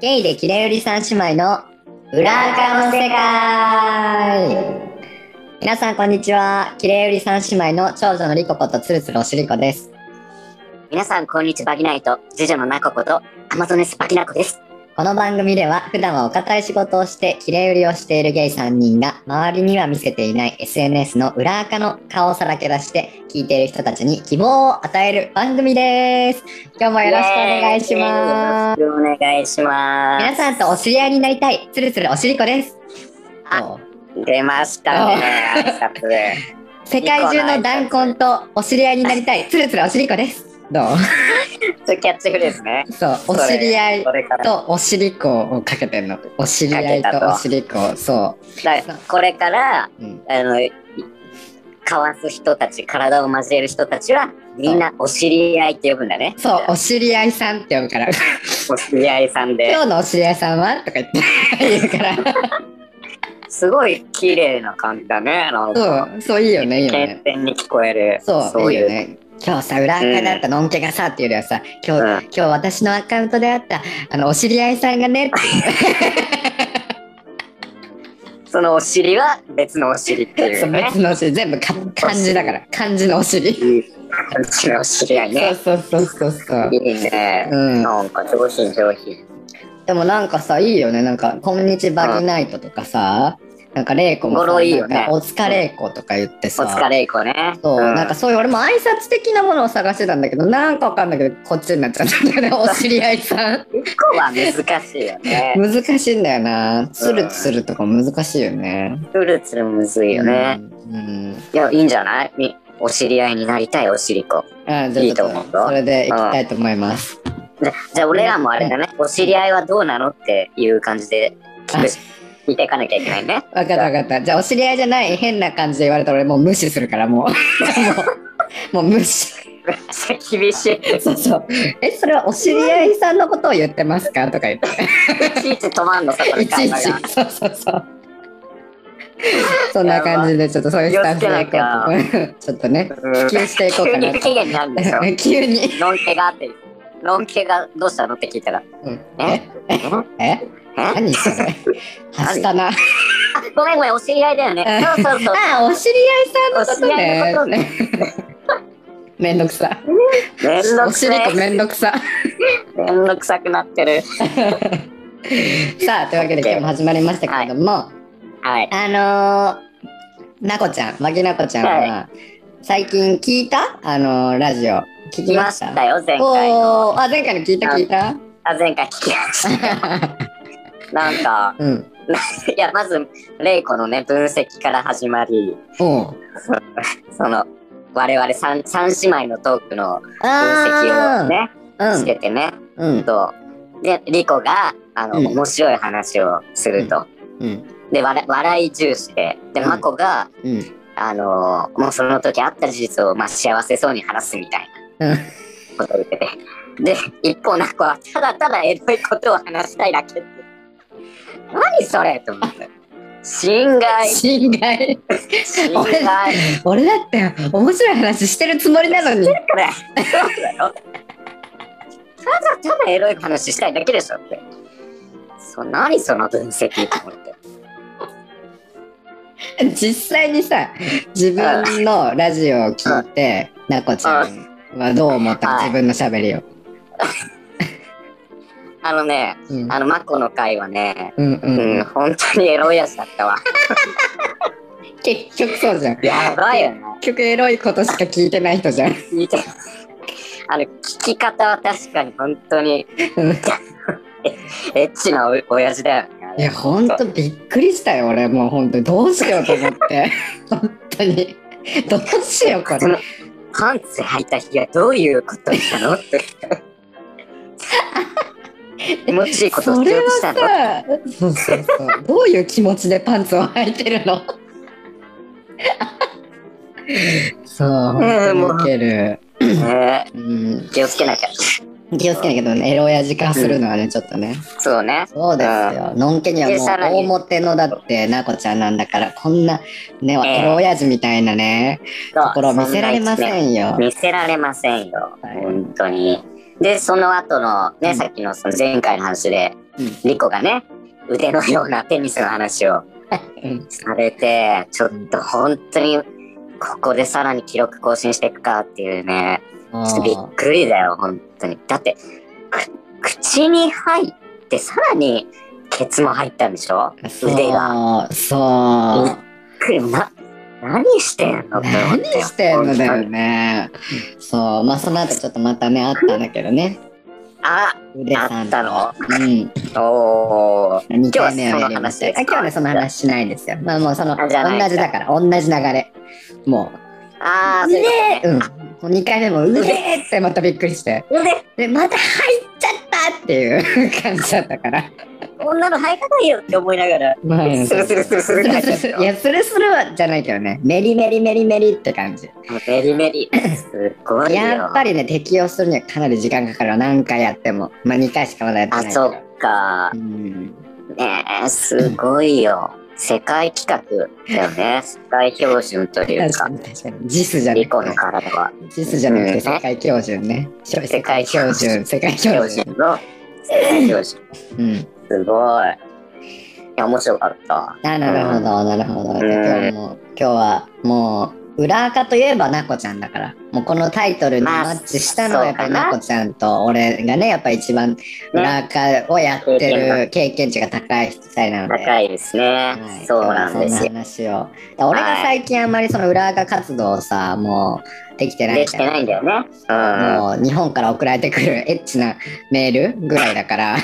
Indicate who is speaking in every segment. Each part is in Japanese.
Speaker 1: ゲイでキレ売り三姉妹の裏垢の世界皆さんこんにちはキレ売り三姉妹の長女のリコことつるつるおしりこです
Speaker 2: 皆さん、こんにちは。バギナイト、次女のナコこと、アマゾネスバギナコです。
Speaker 1: この番組では普段はお堅い仕事をしてキレ売りをしているゲイ3人が周りには見せていない SNS の裏垢の顔をさらけ出して聞いている人たちに希望を与える番組です今日もよろしくお願いします
Speaker 2: す。よろしくお願いしま
Speaker 1: 皆さんとお知り合いになりたいつるつるおしりこです
Speaker 2: あ
Speaker 1: お
Speaker 2: す。出ましたね、挨拶。
Speaker 1: 世界中の弾痕とお知り合いになりたい、つるつるおしりこです。どう
Speaker 2: ちょキャッチフレーズね。
Speaker 1: そう、
Speaker 2: そ
Speaker 1: お
Speaker 2: れ
Speaker 1: 知り合い
Speaker 2: これから、
Speaker 1: とおしりこをかけてんの。お知り合い
Speaker 2: かけ
Speaker 1: と
Speaker 2: たと
Speaker 1: おしりこ、そ
Speaker 2: だからこれから、
Speaker 1: う。うん、
Speaker 2: あの、かわす人たち、体を交える人たちは、みんなお知り合いって呼ぶんだね。
Speaker 1: そう、お知り合いさんって呼ぶから、
Speaker 2: お知り合いさんで
Speaker 1: 今。日のお知り合いさんはとか言 って、言うから、
Speaker 2: すごい綺麗な感じだね、なんか。
Speaker 1: そう、そういいよね、いいよ
Speaker 2: 健
Speaker 1: ね。
Speaker 2: 全に聞こえる。
Speaker 1: そう、
Speaker 2: そう
Speaker 1: いい
Speaker 2: い
Speaker 1: よ
Speaker 2: う。
Speaker 1: ね。今日さ、裏垢だったのんけがさっていうよりはさ、今日、
Speaker 2: うん
Speaker 1: 今日私のアカウントであった、あの、お知り合いさんがね、
Speaker 2: そのお尻は別のお尻ってい
Speaker 1: そうう
Speaker 2: ね
Speaker 1: 別。のお尻、全部か漢字だから、漢字のお尻。
Speaker 2: いい感じのお尻合いね。
Speaker 1: そうそうそうそうそう
Speaker 2: い。いね。
Speaker 1: うん、
Speaker 2: なんか上品上品。
Speaker 1: でもなんかさいいよねなんか「こんにちバギナイト」とかさ、なんか玲子も
Speaker 2: 語呂
Speaker 1: さ
Speaker 2: いいよね
Speaker 1: なんかお疲れ子」とか言って
Speaker 2: お
Speaker 1: さ、
Speaker 2: 疲れいこね。
Speaker 1: そう
Speaker 2: うん
Speaker 1: なんかそういう俺も挨拶的なものを探してたんだけどなんかわかんないけどこっちになっちゃったんだよね お知り合いさん
Speaker 2: 一個は難しいよね。
Speaker 1: 難しいんだよなつるつるとか難しいよね
Speaker 2: フルーツむずいよね。
Speaker 1: うん、うん
Speaker 2: いや、いいんじゃないみお知り合いになりたいお尻子。
Speaker 1: あじゃあ
Speaker 2: い
Speaker 1: ちょ
Speaker 2: いと
Speaker 1: っ
Speaker 2: 思う
Speaker 1: とそれでいきたいと思います
Speaker 2: じゃじゃあ俺らもあれだね。お知り合いはどうなのっていう感じで聞くし聞いていかなきゃいけないね。
Speaker 1: わかったわかったじゃあお知り合いじゃない変な感じで言われたら俺もう無視するからもう もうもう無視
Speaker 2: めっちゃ厳しい。
Speaker 1: そうそう。え、それはお知り合いさんのことを言ってますかとか言って。
Speaker 2: いちいち止まんの、そこ
Speaker 1: い
Speaker 2: に
Speaker 1: ち
Speaker 2: 会
Speaker 1: い
Speaker 2: 話が
Speaker 1: ち。そうそうそう。そんな感じで、ちょっとそういうスタンスでいこうと。ちょっとね、
Speaker 2: うん
Speaker 1: 普及していこう
Speaker 2: 急
Speaker 1: か
Speaker 2: に
Speaker 1: な
Speaker 2: 不機嫌になるん でしょ。
Speaker 1: と。急に。
Speaker 2: のんけがって。のんけがどうしたのって聞いたら。
Speaker 1: うん
Speaker 2: え
Speaker 1: ええ
Speaker 2: え
Speaker 1: 何そ れはしたな。
Speaker 2: ごめんごめん、お知り合いだよね。そうそうそう。
Speaker 1: あ、お知り合いさんのことね。
Speaker 2: お知り合いの
Speaker 1: めんどくさ。
Speaker 2: めんど
Speaker 1: お
Speaker 2: くせ
Speaker 1: し
Speaker 2: え
Speaker 1: りこめんどくさ。
Speaker 2: めんどくさくなってる。
Speaker 1: さあ、というわけで今日も始まりましたけれども、
Speaker 2: はい。
Speaker 1: あのー、なこちゃん、まきなこちゃんは、
Speaker 2: は
Speaker 1: 最近聞いたあのー、ラジオ。聞き
Speaker 2: 来
Speaker 1: ま
Speaker 2: ま
Speaker 1: し
Speaker 2: したたよ、前回の。
Speaker 1: おー、あ、前回の聞いた聞いた
Speaker 2: あ、前回聞きました。なんか、
Speaker 1: うん。
Speaker 2: いや、まず、レイコのね、分析から始まり、
Speaker 1: おう。
Speaker 2: その、我々三三姉妹のトークの分析をね、しててね、
Speaker 1: うん。うん。
Speaker 2: と、で、リコが、あの、
Speaker 1: うん
Speaker 2: 面白い話をすると。
Speaker 1: うん。
Speaker 2: で、わら笑い重視で、で、
Speaker 1: うん
Speaker 2: マコが、
Speaker 1: うん。
Speaker 2: あのもうその時あった事実を、まあ、幸せそうに話すみたいな
Speaker 1: うん
Speaker 2: ことを言ってて。で、一方、なんかはただただエロいことを話したいだけって。何それと思って。侵害、
Speaker 1: 侵害。
Speaker 2: 侵害、
Speaker 1: 俺だって面白い話してるつもりなのに。
Speaker 2: これ。そうだよ。ただただエロい話したいだけでしょって。そう何その分析と思って。
Speaker 1: 実際にさ、自分のラジオを聞いて、なこちゃんはどう思った
Speaker 2: は
Speaker 1: か
Speaker 2: い
Speaker 1: 自分の喋りを。
Speaker 2: あのね、
Speaker 1: うん。
Speaker 2: あの、マコの会はね、
Speaker 1: うんう
Speaker 2: うんん、
Speaker 1: うん。
Speaker 2: 本当にエロいやつだったわ。
Speaker 1: 結局そうじゃん。
Speaker 2: やばいよね。
Speaker 1: 結局エロいことしか聞いてない人じゃ ん。
Speaker 2: 聞いてあの聞き方は確かに本当 に
Speaker 1: うん
Speaker 2: エッチなお親父だよねあ
Speaker 1: い
Speaker 2: れ
Speaker 1: や、ほんとびっくりしたよ、俺。もうほんとに。どうしようと思って。 本当に。どうしよう、こ
Speaker 2: そ
Speaker 1: れ。
Speaker 2: のパンツ履いた日がどういうことなのって 気持ちいいことを
Speaker 1: そ
Speaker 2: し
Speaker 1: れ
Speaker 2: ようと
Speaker 1: は
Speaker 2: したの
Speaker 1: さ、そうそうそう。どういう気持ちでパンツを履いてるのそう、
Speaker 2: ええも
Speaker 1: 本
Speaker 2: う
Speaker 1: 当にウケる。
Speaker 2: ね
Speaker 1: うん、
Speaker 2: 気をつけなきゃ
Speaker 1: 気をつけないけどね、エロや時間するのはね、ちょっとね。
Speaker 2: そうね
Speaker 1: そうですよ。のんけにはも
Speaker 2: でさら
Speaker 1: う
Speaker 2: に
Speaker 1: 大表のだって、なこちゃんなんだから、こんな、ね、
Speaker 2: ええ
Speaker 1: エロ親父みたいなね、
Speaker 2: そう
Speaker 1: ところ見せられませ
Speaker 2: そ
Speaker 1: んよ
Speaker 2: な一面。見せられませんよ
Speaker 1: はい
Speaker 2: 本当にでその後のね、
Speaker 1: うん
Speaker 2: さっきのその前回の話で
Speaker 1: うん
Speaker 2: リコがね、腕のようなテニスの話を
Speaker 1: うん
Speaker 2: されて、ちょっと本当に、ここでさらに記録更新していくかっていうね、
Speaker 1: あ
Speaker 2: ちょっとびっ
Speaker 1: ー
Speaker 2: くりだよ、本当に。だって、く口に入って、さらに、ケツも入ったんでしょ腕が。
Speaker 1: そうそう
Speaker 2: びっくりな、何してんのって思って
Speaker 1: 何してんのだよね。そう、まあその後ちょっとまたね、あったんだけどね。
Speaker 2: あ、
Speaker 1: 腕さんと
Speaker 2: あ
Speaker 1: うん。
Speaker 2: おー。
Speaker 1: 2回目をやりましたよ。あ
Speaker 2: 今
Speaker 1: 今日
Speaker 2: 日は
Speaker 1: はね、その話しないですよ。まあもうその、同
Speaker 2: あ
Speaker 1: じ
Speaker 2: じゃあないか
Speaker 1: だから、同じ流れ。も
Speaker 2: あー、
Speaker 1: う、
Speaker 2: そういうこ
Speaker 1: 腕うん。もう2回目も、うえーってまたびっくりして。
Speaker 2: とね。
Speaker 1: で、また入っちゃったっていう感じだったから。
Speaker 2: 腕、女の入らないよって思いながら。
Speaker 1: まあ いや
Speaker 2: ス
Speaker 1: そ
Speaker 2: ル
Speaker 1: う
Speaker 2: スルスルスル
Speaker 1: いや
Speaker 2: って入っちゃったよ
Speaker 1: スルスルはじゃないけどね。メリメリメリメリって感じ。
Speaker 2: メリメリ。すごいよ。
Speaker 1: やっぱりね、適用するにはかなり時間かかるわ。何回やっても。まあ、2回しかまだやってない
Speaker 2: あ、
Speaker 1: けど。
Speaker 2: そっか
Speaker 1: う。ん。
Speaker 2: ねえ、すごいよ。世界企画だよ ね。世界標準という
Speaker 1: 確
Speaker 2: か
Speaker 1: か。に確かに。ジスじゃな
Speaker 2: リコの
Speaker 1: くて。
Speaker 2: 体は
Speaker 1: ジスじゃなく
Speaker 2: う
Speaker 1: て
Speaker 2: ん
Speaker 1: 世界標準ね。世
Speaker 2: 世界
Speaker 1: 標準。世界標
Speaker 2: 標
Speaker 1: 準。
Speaker 2: 準の世界標準。
Speaker 1: うん。
Speaker 2: すごい。いや、面白かった。
Speaker 1: あなるほど、なるほど。
Speaker 2: うん
Speaker 1: 今日も、今日はもう、裏垢といえばナコちゃんだから。もうこのタイトルに
Speaker 2: まあ
Speaker 1: マッチしたのはやっぱり
Speaker 2: そうか
Speaker 1: ナ
Speaker 2: な
Speaker 1: コちゃんと俺がね、やっぱり一番裏垢をやってる経験値が高い人たちなので。
Speaker 2: 高いですね
Speaker 1: は。い
Speaker 2: そうなんで
Speaker 1: 今日は
Speaker 2: すよ。
Speaker 1: そんな話を。だから俺が最近あんまりその裏垢活動をさ、もうできてない
Speaker 2: で
Speaker 1: じ
Speaker 2: き
Speaker 1: ゃ
Speaker 2: て
Speaker 1: ん。
Speaker 2: ないんだよね。うん。
Speaker 1: もう日本から送られてくる エッチなメールぐらいだ から。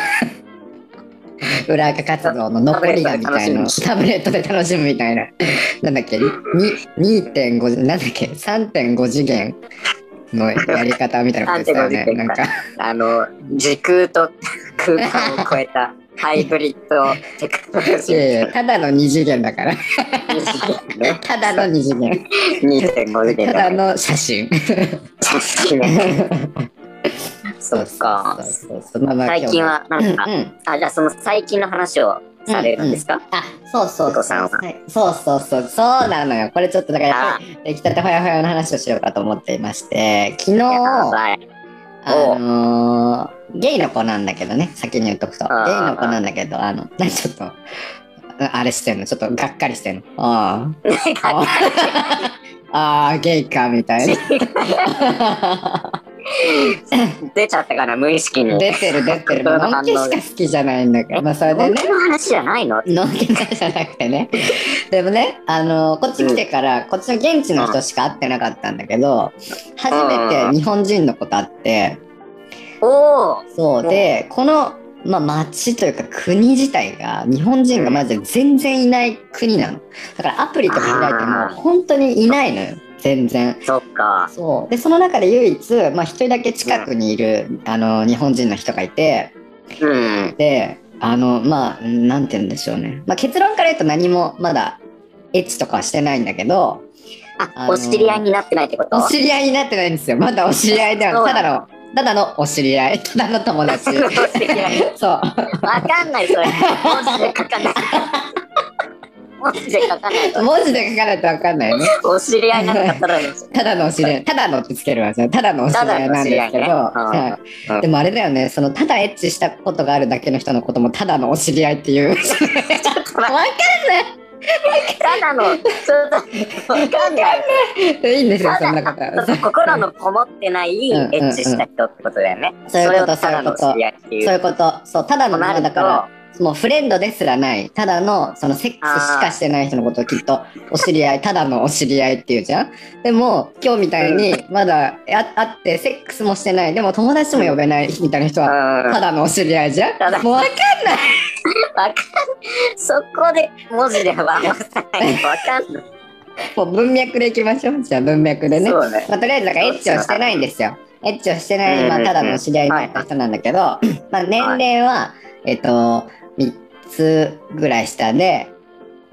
Speaker 1: 裏垢活動の残りがみたいなタブレットで楽しむみたいななんだっけにに2.5なんだっけ3.5次元のやり方みたいなことですよね
Speaker 2: 3.5次
Speaker 1: なん
Speaker 2: 元
Speaker 1: か
Speaker 2: かあの、時空と空間を超えたハイブリッドテクノロジ
Speaker 1: い やい
Speaker 2: ー
Speaker 1: やただの2次元だから
Speaker 2: ね。
Speaker 1: ただの2次元
Speaker 2: 2.5
Speaker 1: た
Speaker 2: 次元
Speaker 1: だ
Speaker 2: だね。
Speaker 1: の写真
Speaker 2: そっか。
Speaker 1: そうそうそうまあまあ
Speaker 2: 最近は、なん
Speaker 1: 今日
Speaker 2: か、
Speaker 1: もうんうん
Speaker 2: あ、じゃあその最近の話をされるんですか
Speaker 1: あそうそう
Speaker 2: お父さんは
Speaker 1: はいそうそうそうそうなのよこれちょっとだからやっぱ
Speaker 2: あ、
Speaker 1: り出来たてほやほやの話をしようかと思っていまして昨日
Speaker 2: や
Speaker 1: あ
Speaker 2: ばい。
Speaker 1: のーゲイの子なんだけどね先に言っとくとゲイ
Speaker 2: あー
Speaker 1: の子なんだけどあのなちょっとあれしてんのちょっとがっかりしてんのあーあーあーゲイかみたいな
Speaker 2: 出ちゃったかな、無意識 に。
Speaker 1: 出てる出てるもうのんけしか好きじゃないんだけどまあそれで
Speaker 2: 本
Speaker 1: ね
Speaker 2: 当の話じゃないの
Speaker 1: のんけんじゃなくてね。でもね、あのこっち来てから、こっちの現地の人しか会ってなかったんだけど、初めて日本人の子と会って、
Speaker 2: おー
Speaker 1: そう
Speaker 2: うん
Speaker 1: で、この、まあ、町というか国自体が日本人がまず全然いない国なの。だからアプリとか開いても
Speaker 2: あー
Speaker 1: 本当にいないのよ、全然。
Speaker 2: そっか。
Speaker 1: そうでその中で唯一、まあ、一人だけ近くにいる、あの日本人の人がいて、
Speaker 2: うん。
Speaker 1: であのまあなんて言うんでしょうね、まあ、結論から言うと何もまだエッチとかはしてないんだけどあ
Speaker 2: あ、
Speaker 1: のー
Speaker 2: お知り合いになってないってこと
Speaker 1: お知り合いになってないんですよまだお知り合いでは
Speaker 2: そう
Speaker 1: た
Speaker 2: なの
Speaker 1: だのただのお知り合いただの友 達
Speaker 2: お知り合い
Speaker 1: そう
Speaker 2: わかんないそれ。文字で書かない。文字で書かないと。
Speaker 1: 文字で書かないと分かんないよね
Speaker 2: お知り合いなんかったらですよ。
Speaker 1: ただのお知り合いただのってつけるわただのお知り合いなんですけど、
Speaker 2: ただのお知り合いね
Speaker 1: は
Speaker 2: うんう
Speaker 1: い、
Speaker 2: ん
Speaker 1: でもあれだよねそのただエッチしたことがあるだけの人のこともただのお知り合いって いう
Speaker 2: ただの、ちょっと、わかんない。
Speaker 1: いいん ですよそんなことは
Speaker 2: ちょっと心のこもってないエ
Speaker 1: うんうんうん
Speaker 2: ッチした人ってことだよね。
Speaker 1: そういうこと
Speaker 2: れをただのお知り合いってい
Speaker 1: そう
Speaker 2: う。
Speaker 1: いうこと。そう、ただの、
Speaker 2: となると
Speaker 1: だから、もうフレンドですらない、ただの、そのセックスしかしてない人のことをきっ と、お知り合い、ただのお知り合いっていうじゃんでも、今日みたいに、まだあ会って、セックスもしてない、でも友達も呼べないみたいな人
Speaker 2: うん
Speaker 1: は、
Speaker 2: わ
Speaker 1: ただのお知り合いじゃん
Speaker 2: ただ
Speaker 1: もうわか
Speaker 2: かんそこで文字では表さないとわかんない。
Speaker 1: もう文脈でいきましょう。じゃあ文脈 でね。
Speaker 2: そうね。
Speaker 1: まあ、とりあえず、だからエッチをしてないんですよ。エッチをしてない、まあ、ただの知り合いだった人なんだけど、まあ、年齢は、えっと、3つぐらい下で、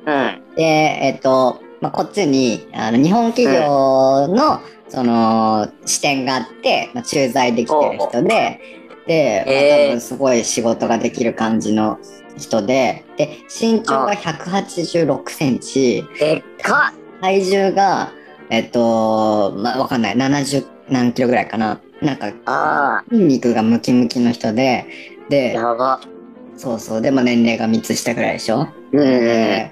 Speaker 2: うん。
Speaker 1: で、えっと、まあ、こっちに、あの、日本企業の、その、支店があって、まあ、駐在できてる人で、で、まあ
Speaker 2: えー
Speaker 1: 多分すごい仕事ができる感じの人で、で、身長が186センチ、
Speaker 2: でっか
Speaker 1: 体重が、えっと、まあ、わかんない、70何キロぐらいかな。なんか、
Speaker 2: あ
Speaker 1: 筋肉がムキムキの人で、
Speaker 2: あ、
Speaker 1: で、
Speaker 2: やば。
Speaker 1: そうそう、でも年齢が3つ下ぐらいでしょ。
Speaker 2: うん。
Speaker 1: で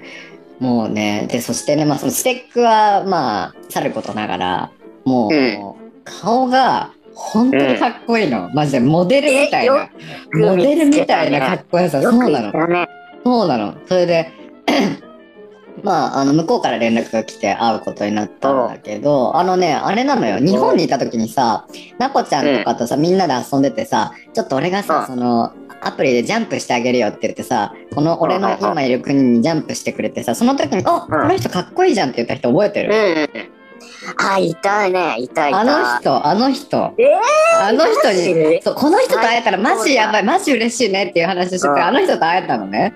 Speaker 1: もうね、で、そしてね、まあ、そのスペックは、まあ、さることながら、もう、
Speaker 2: うん
Speaker 1: 顔が、本当にかっこいいの。マジで、モデルみたいな。
Speaker 2: えよ
Speaker 1: モデルみたいなかっこよさ、
Speaker 2: よ
Speaker 1: そ
Speaker 2: く
Speaker 1: う
Speaker 2: 言
Speaker 1: な
Speaker 2: っ
Speaker 1: の。
Speaker 2: たね。
Speaker 1: そうなの。それで、 まあ、あの、向こうから連絡が来て会うことになったんだけど、あのね、あれなのよ。日本にいた時にさ、なこちゃんとかとさ、みんなで遊んでてさ、ちょっと俺が
Speaker 2: う
Speaker 1: さ
Speaker 2: ん、
Speaker 1: その、アプリでジャンプしてあげるよって言ってさ、この俺の今いる国にジャンプしてくれてさ、その時に、あ、この人かっこいいじゃんって言った人覚えて
Speaker 2: うん
Speaker 1: る
Speaker 2: うん。あ、いたね。いたいた。
Speaker 1: あの人、あの人。
Speaker 2: え
Speaker 1: あの人に、
Speaker 2: マジ
Speaker 1: そう、この人と会えたらマジやば
Speaker 2: 最
Speaker 1: い、マジ嬉しいねっていう話してて、
Speaker 2: うん
Speaker 1: あの人と会えたのね。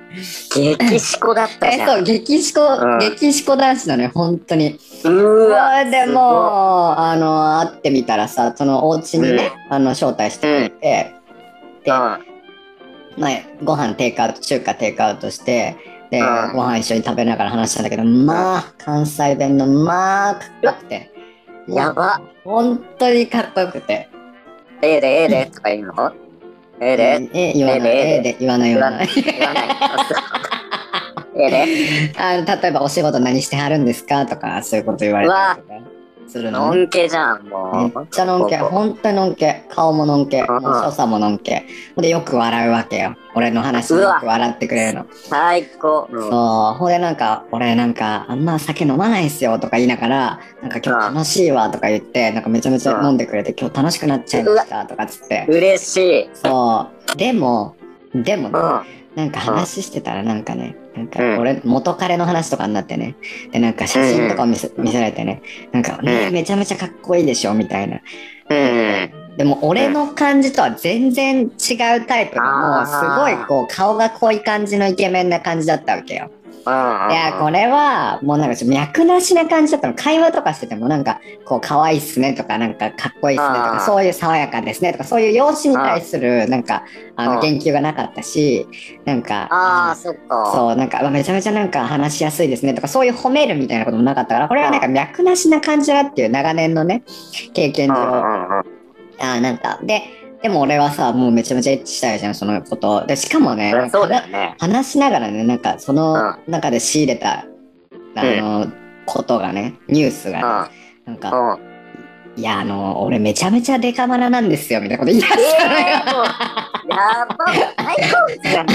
Speaker 2: 激しこだった じ
Speaker 1: え、
Speaker 2: ゃ
Speaker 1: そ
Speaker 2: ん。
Speaker 1: う、激しこ、
Speaker 2: うん
Speaker 1: 激しこ男子なのよ、本当に。
Speaker 2: うわ。
Speaker 1: それでもう、あの、会ってみたらさ、そのお家にね、あの、招待してくれて、で
Speaker 2: う
Speaker 1: まあ、ご飯テイクアウト、中華テイクアウトして、で、
Speaker 2: うん
Speaker 1: ご飯一緒に食べながら話したんだけど、まあ、関西弁の、まあ、かっこよくて。
Speaker 2: ん。やば。
Speaker 1: 本当にかっこよくて。
Speaker 2: ええでええでとか言うのええ
Speaker 1: え
Speaker 2: で、
Speaker 1: 言わない、
Speaker 2: え
Speaker 1: え
Speaker 2: えで
Speaker 1: で、言わない、言わない。
Speaker 2: 言わない。ええで
Speaker 1: あの例えば、お仕事何してはるんですかとか、そういうこと言われたりとかするの
Speaker 2: の
Speaker 1: ね。
Speaker 2: んけじゃん、もう。
Speaker 1: めっちゃのんけ、
Speaker 2: ほぼ
Speaker 1: ほんとにのんけ、顔ものんけ、
Speaker 2: うん
Speaker 1: もう所作ものんけ。で、よく笑うわけよ。俺の話に
Speaker 2: うわ
Speaker 1: よく笑ってくれるの。
Speaker 2: 最高。うん
Speaker 1: そう。ほんで、なんか、俺なんか、あんま酒飲まないんすよとか言いながら、なんか今
Speaker 2: う
Speaker 1: 日
Speaker 2: ん
Speaker 1: 楽しいわとか言って、なんかめちゃめちゃ
Speaker 2: うん
Speaker 1: 飲んでくれて、今日楽しくなっちゃいましたとかつって。
Speaker 2: 嬉しい。
Speaker 1: そう。でも、でも
Speaker 2: う
Speaker 1: ね、
Speaker 2: ん。
Speaker 1: なんか話してたらなんかね、なんか
Speaker 2: うん
Speaker 1: 俺、元彼の話とかになってね、で、なんか写真とかを見せ見せられてね、なんか、ね
Speaker 2: うん
Speaker 1: めちゃめちゃかっこいいでしょみたいな。
Speaker 2: うん。
Speaker 1: でも俺の感じとは全然違うタイプの、も
Speaker 2: あ
Speaker 1: うす
Speaker 2: ー
Speaker 1: ごいこう顔が濃い感じのイケメンな感じだったわけよ。いや、こ
Speaker 2: れ。
Speaker 1: れはもうなんかちょっと脈なしな感じだったの。会話とかしててもなんかこう可愛いっすねとかなんかかっこいいっすねと
Speaker 2: あ
Speaker 1: か
Speaker 2: ー
Speaker 1: そういう爽やかですねとかそういう容姿に対するなんかあ
Speaker 2: あ
Speaker 1: の
Speaker 2: ー
Speaker 1: 言及がなかったし、なんか。
Speaker 2: ああ、そっか。
Speaker 1: そう、なんか、うわめちゃめちゃなんか話しやすいですねとか、そういう褒めるみたいなこともなかったから、これはなんか脈なしな感じだっていう長年のね、経験
Speaker 2: うんう
Speaker 1: 上、
Speaker 2: んうん。
Speaker 1: あーなんか、で、でも俺はさ、もうめちゃめちゃエッチしたいじゃん、そのこと。で、しかもね、なんか
Speaker 2: そうだよね。
Speaker 1: 話しながらね、なんか、そうの中で仕入れた、あ
Speaker 2: ええ
Speaker 1: の、ことがね、ニュース
Speaker 2: う
Speaker 1: が、
Speaker 2: ん。
Speaker 1: なん
Speaker 2: う
Speaker 1: か、
Speaker 2: ん。
Speaker 1: いや、あの、俺めちゃめちゃデカマラなんですよ、みたいなこと言い出
Speaker 2: ええ
Speaker 1: したのよ。
Speaker 2: もうやばい最高じゃんこ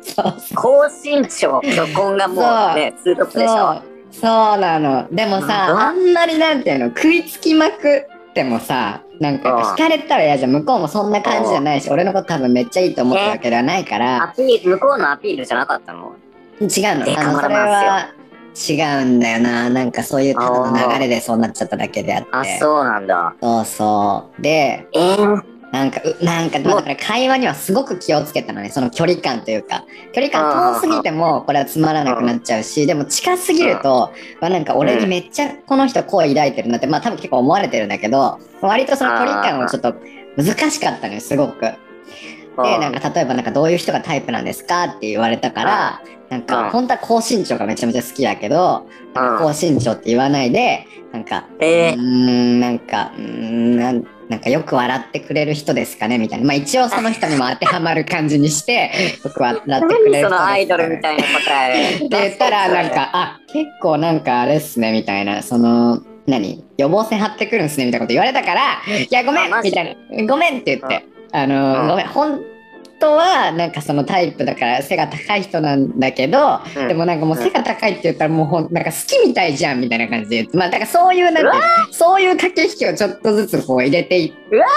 Speaker 1: そう
Speaker 2: の高身長巨根がもうねツートップ
Speaker 1: そ
Speaker 2: でしょ
Speaker 1: う、そうなの。でもさ、
Speaker 2: うん
Speaker 1: あんまりなんていうの、食いつきまくってもさ、なんかやっぱ惹かれたら嫌じゃん。向こうもそんな感じじゃないし、俺のこと多分めっちゃいいと思ってるわけではないから、
Speaker 2: アピール向こうのアピールじゃなかったの
Speaker 1: 違うの。
Speaker 2: デ
Speaker 1: あ
Speaker 2: カ
Speaker 1: の、
Speaker 2: マ
Speaker 1: そ
Speaker 2: ラ
Speaker 1: れ
Speaker 2: な
Speaker 1: は違うんだよな。なんかそういうただの流れでそうなっちゃっただけであって。
Speaker 2: あそうなんだ
Speaker 1: そうそう。で、
Speaker 2: えー、
Speaker 1: なんか、うなんか、まあだから会話にはすごく気をつけたのね。その距離感というか。距離感遠すぎても、これはつまらなくなっちゃうし、でも近すぎると、まあなんか俺にめっちゃこの人声抱いてるなって、まあ多分結構思われてるんだけど、割とその距離感をちょっと難しかったのよ、すごく。で、なんか例えばなんかどういう人がタイプなんですかって言われたから、なん
Speaker 2: うん
Speaker 1: か本当は高身長がめちゃめちゃ好きだけど、なんか高身長って言わないで、なんか、
Speaker 2: え
Speaker 1: うーん、なんか、うーんなん、なんかよく笑ってくれる人ですかねみたいな。まあ一応その人にも当てはまる感じに して、よく笑ってくれる人で
Speaker 2: 何
Speaker 1: す
Speaker 2: そ
Speaker 1: かね
Speaker 2: のアイドルみたいな答え
Speaker 1: って言ったら、なんか、あ、結構なんかあれっすね、みたいな、その、何予防線張ってくるんすね、みたいなこと言われたから、いや、ごめ
Speaker 2: あマ
Speaker 1: ん
Speaker 2: ジ
Speaker 1: みたいな、ごめんって言って、あ
Speaker 2: う
Speaker 1: の、
Speaker 2: ん
Speaker 1: ごめん、本当は、なんかそのタイプだから背が高い人なんだけど、
Speaker 2: うん
Speaker 1: でもなんかもう背が高いって言ったらもうほん、なんか好きみたいじゃん、みたいな感じで言って、まあ、だからそういう、なんていうの
Speaker 2: う
Speaker 1: そういう駆け引きをちょっとずつこう入れていっ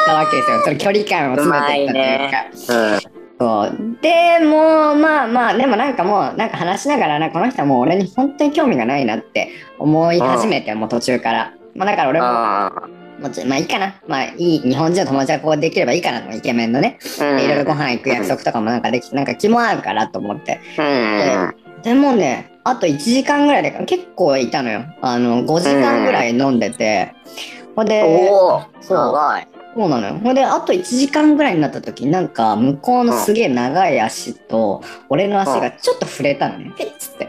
Speaker 1: たわけですよ。その距離感を詰めていったという
Speaker 2: うまい
Speaker 1: か。
Speaker 2: ねうん
Speaker 1: そう。でも、まあまあ、でもなんかもう、なんか話しながら、なんかこの人はもう俺に本当に興味がないなって思い始めて、もう途中から。まあだから俺も、
Speaker 2: あ
Speaker 1: もうちょまあいいかな。まあいい、日本人の友達がこうできればいいかなと、イケメンのね。
Speaker 2: ーうん
Speaker 1: でいろいろご飯行く約束とかもなんかできて、なんか気も合うからと思って。
Speaker 2: うん
Speaker 1: でもね、あと1時間ぐらいで、結構いたのよ。あの、5時間ぐらい飲んでて。ほんで、
Speaker 2: おおす
Speaker 1: そう
Speaker 2: ごい
Speaker 1: そうなのよ。ほんで、あと1時間ぐらいになった時になんか、向こうのすげえ長い足と、俺の足がちょっと触れたのね。ピッつって。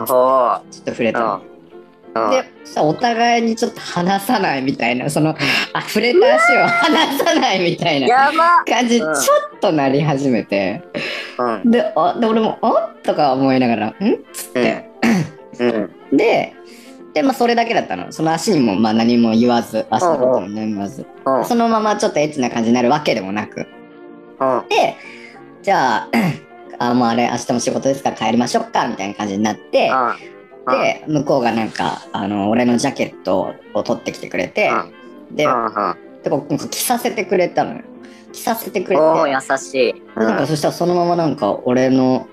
Speaker 2: おお
Speaker 1: ちょっと触れたの。
Speaker 2: うん
Speaker 1: で、そしたらお互いにちょっと離さないみたいな、その、あ、触れた足を離さないみたいな
Speaker 2: やば
Speaker 1: 感じ、ちょっとなり始めて。
Speaker 2: うん。
Speaker 1: で、あ、で、俺も、あとか思いながら、んつって。
Speaker 2: うん。うん。
Speaker 1: で、で、まあ、それだけだったの。その足にも、まあ、何も言わず、足のことも何も言わず。
Speaker 2: うん。
Speaker 1: そのままちょっとエッチな感じになるわけでもなく。
Speaker 2: うん。
Speaker 1: で、じゃあ、あ、もうあれ、明日も仕事ですから帰りましょうか、みたいな感じになって、
Speaker 2: うん、
Speaker 1: で、向こうがなんか、あの、俺のジャケットを取ってきてくれて、で
Speaker 2: う、んうん
Speaker 1: でこうなんか着させてくれたのよ。着させてくれて、
Speaker 2: おお、優しい。う
Speaker 1: なんか
Speaker 2: ん。
Speaker 1: そしたらそのままなんか俺の、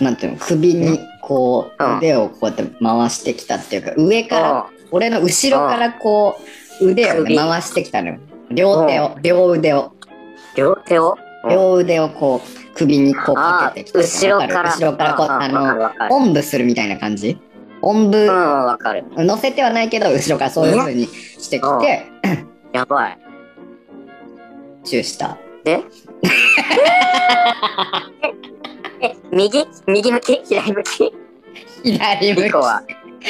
Speaker 1: なんていうの、首にこ
Speaker 2: うん
Speaker 1: う、腕をこうやって回してきたっていうか、上から、俺の後ろからこう、腕をね
Speaker 2: 首
Speaker 1: 回してきたのよ。両手を、両腕を。
Speaker 2: 両手を
Speaker 1: 両腕をこう首にこうかけてきて
Speaker 2: あー後ろから
Speaker 1: わる後ろからこうあ
Speaker 2: うんうんわかるわかる
Speaker 1: のおんぶするみたいな感じおん
Speaker 2: う
Speaker 1: ぶ
Speaker 2: ん、うんわかる。
Speaker 1: 乗せてはないけど後ろからそういう風にしてきて
Speaker 2: やばい。
Speaker 1: チューした
Speaker 2: でえ、右右向き左向き
Speaker 1: 左向
Speaker 2: リ
Speaker 1: き
Speaker 2: コは。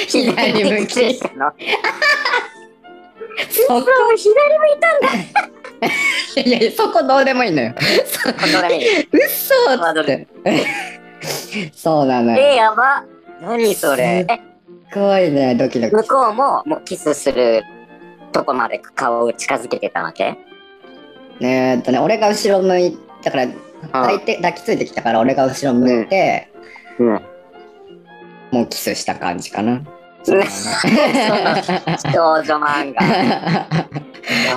Speaker 1: 左向き
Speaker 2: 左したの。
Speaker 1: そこ
Speaker 2: そう、左
Speaker 1: いやいやそこどうでもいいのよそ
Speaker 2: このね。
Speaker 1: うっそーっつってそうなのよ
Speaker 2: え、やば。何それ。え、
Speaker 1: すごいねドキドキ
Speaker 2: 向こうも、もうキスするとこまで顔を近づけてたわけ
Speaker 1: えーっとね俺が後ろ向いたから抱いて抱きついてきたから俺が後ろ向いて
Speaker 2: うん。
Speaker 1: もうキスした感じかな
Speaker 2: 少女漫画。や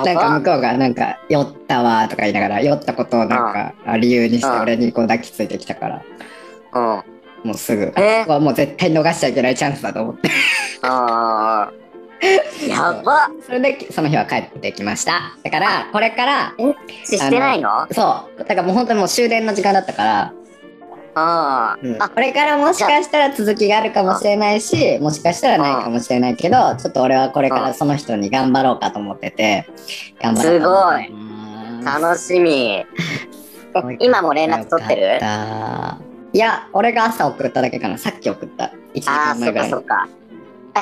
Speaker 1: なんか
Speaker 2: ば
Speaker 1: 向こうがなんか酔ったわーとか言いながら酔ったことをなんかあ理由にして
Speaker 2: ああ
Speaker 1: 俺にこう抱きついてきたから
Speaker 2: うん。
Speaker 1: もうすぐ、
Speaker 2: え
Speaker 1: ここはもう絶対逃しちゃいけないチャンスだと思って
Speaker 2: ああ。やば。
Speaker 1: それでその日は帰ってきましただからこれから
Speaker 2: してないのあ
Speaker 1: そうだからもう本当にもう終電の時間だったから、
Speaker 2: あ
Speaker 1: うん
Speaker 2: ー。あ、
Speaker 1: これからもしかしたら続きがあるかもしれないしもしかしたらないかもしれないけどちょっと俺はこれか
Speaker 2: あ
Speaker 1: ら
Speaker 2: あ
Speaker 1: その人に頑張ろうかと思ってて頑張ろうと思ってます
Speaker 2: 楽しみ。今も連絡取って
Speaker 1: よかっ
Speaker 2: る
Speaker 1: たいや、俺が朝送っただけかな。さっき送った。1時
Speaker 2: ああ、
Speaker 1: 間
Speaker 2: そ
Speaker 1: 前
Speaker 2: っ
Speaker 1: ぐら
Speaker 2: か
Speaker 1: い
Speaker 2: そっか。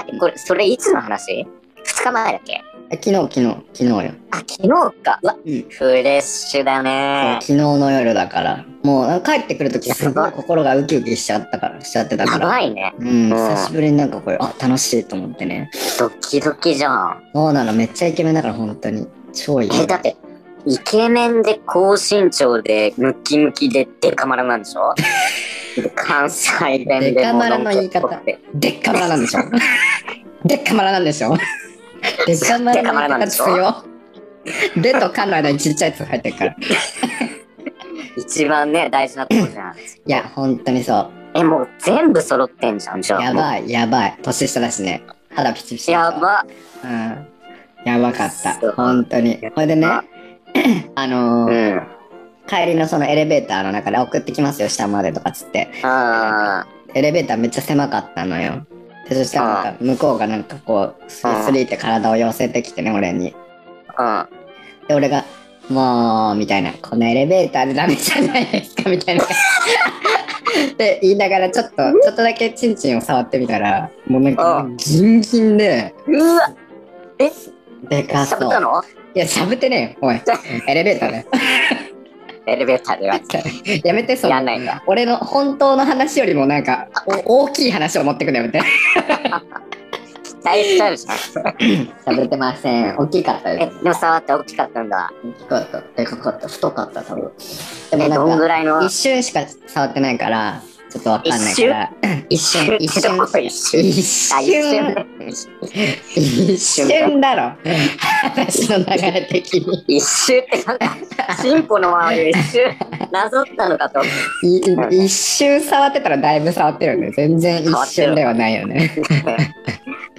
Speaker 2: え、これ、それいつの話 ?2 日前だっけ
Speaker 1: え昨日、昨日、昨日よ。
Speaker 2: あ、昨日か。うわ、
Speaker 1: うん
Speaker 2: フレッシュだね
Speaker 1: 昨。日の夜だから。もう帰ってくるときすごい心がウキウキしちゃったから、しちゃってた
Speaker 2: や
Speaker 1: から。
Speaker 2: ばいね。
Speaker 1: うん、
Speaker 2: ん
Speaker 1: 久しぶりになんかこれ、あ、楽しいと思ってね。
Speaker 2: ドキドキじゃん。
Speaker 1: そうなの、めっちゃイケメンだから、本当に。超イケメ
Speaker 2: え、
Speaker 1: ン
Speaker 2: だ。って、イケメンで高身長でムキムキでデカマラなんでしょで関西弁で
Speaker 1: デカマラの言い方
Speaker 2: もうのんけっぽくて
Speaker 1: でっかまらなんで しょでっかまらなんでしょでっかまらの言い方強。でとかの間にちっちゃいやつ入ってるから。い
Speaker 2: 一番ね、大事なとこじゃん。
Speaker 1: や、本当にそう。
Speaker 2: え、もう全部揃ってんじゃん、じゃあ。
Speaker 1: や
Speaker 2: も
Speaker 1: ばい、やばい。年下だしね。肌ピチピ
Speaker 2: う
Speaker 1: チだ
Speaker 2: や
Speaker 1: から。
Speaker 2: ば。
Speaker 1: うん。やばかっ
Speaker 2: そう
Speaker 1: た。本当に。これでね
Speaker 2: やば、
Speaker 1: あの
Speaker 2: う
Speaker 1: ー
Speaker 2: ん。
Speaker 1: 帰りのそのエレベーターの中で送ってきますよ、下までとかつって。
Speaker 2: あ
Speaker 1: エレベーターめっちゃ狭かったのよ。で、そしたらなんか向こうがなんかこう、スリスリって体を寄せてきてね、俺に。
Speaker 2: あ、
Speaker 1: で、俺が、もう、みたいな、このエレベーターでダメじゃないですか、みた いな。って言いながら、ちょっと、ちょっとだけチンチンを触ってみたら、もうなん
Speaker 2: あ
Speaker 1: か、ギンギンで、
Speaker 2: うん。うわえ、し
Speaker 1: でか
Speaker 2: ゃ
Speaker 1: そ
Speaker 2: ぶ
Speaker 1: う
Speaker 2: っ。たの
Speaker 1: いや、しゃぶってねえよ、おい。エレベーターだよ。
Speaker 2: エレベーターでは。
Speaker 1: やめて、そ
Speaker 2: や
Speaker 1: の
Speaker 2: ん、ないんだ。
Speaker 1: 俺の本当の話よりもなんか、お大きい話を持ってくのやめて。
Speaker 2: 期待しちゃうじゃん。
Speaker 1: しゃぶってません。大きかった
Speaker 2: え、
Speaker 1: で
Speaker 2: でも触って大きかったんだ。
Speaker 1: す。大きかった。でかかった。太かった、多分。で
Speaker 2: え、
Speaker 1: も
Speaker 2: どん
Speaker 1: なん
Speaker 2: ぐ
Speaker 1: か、
Speaker 2: らいの
Speaker 1: 一瞬しか触ってないから、ちょっとわかんないから。一 瞬一
Speaker 2: どこ
Speaker 1: 瞬、
Speaker 2: 一瞬
Speaker 1: 一
Speaker 2: あ一瞬
Speaker 1: 瞬、
Speaker 2: ね
Speaker 1: 一瞬だろ。話の流れ的 に。
Speaker 2: 一瞬ってなんか、 進歩の周りを一瞬なぞったのかと思
Speaker 1: い一瞬触ってたらだいぶ触ってるんで、全然一瞬ではないよね。
Speaker 2: って。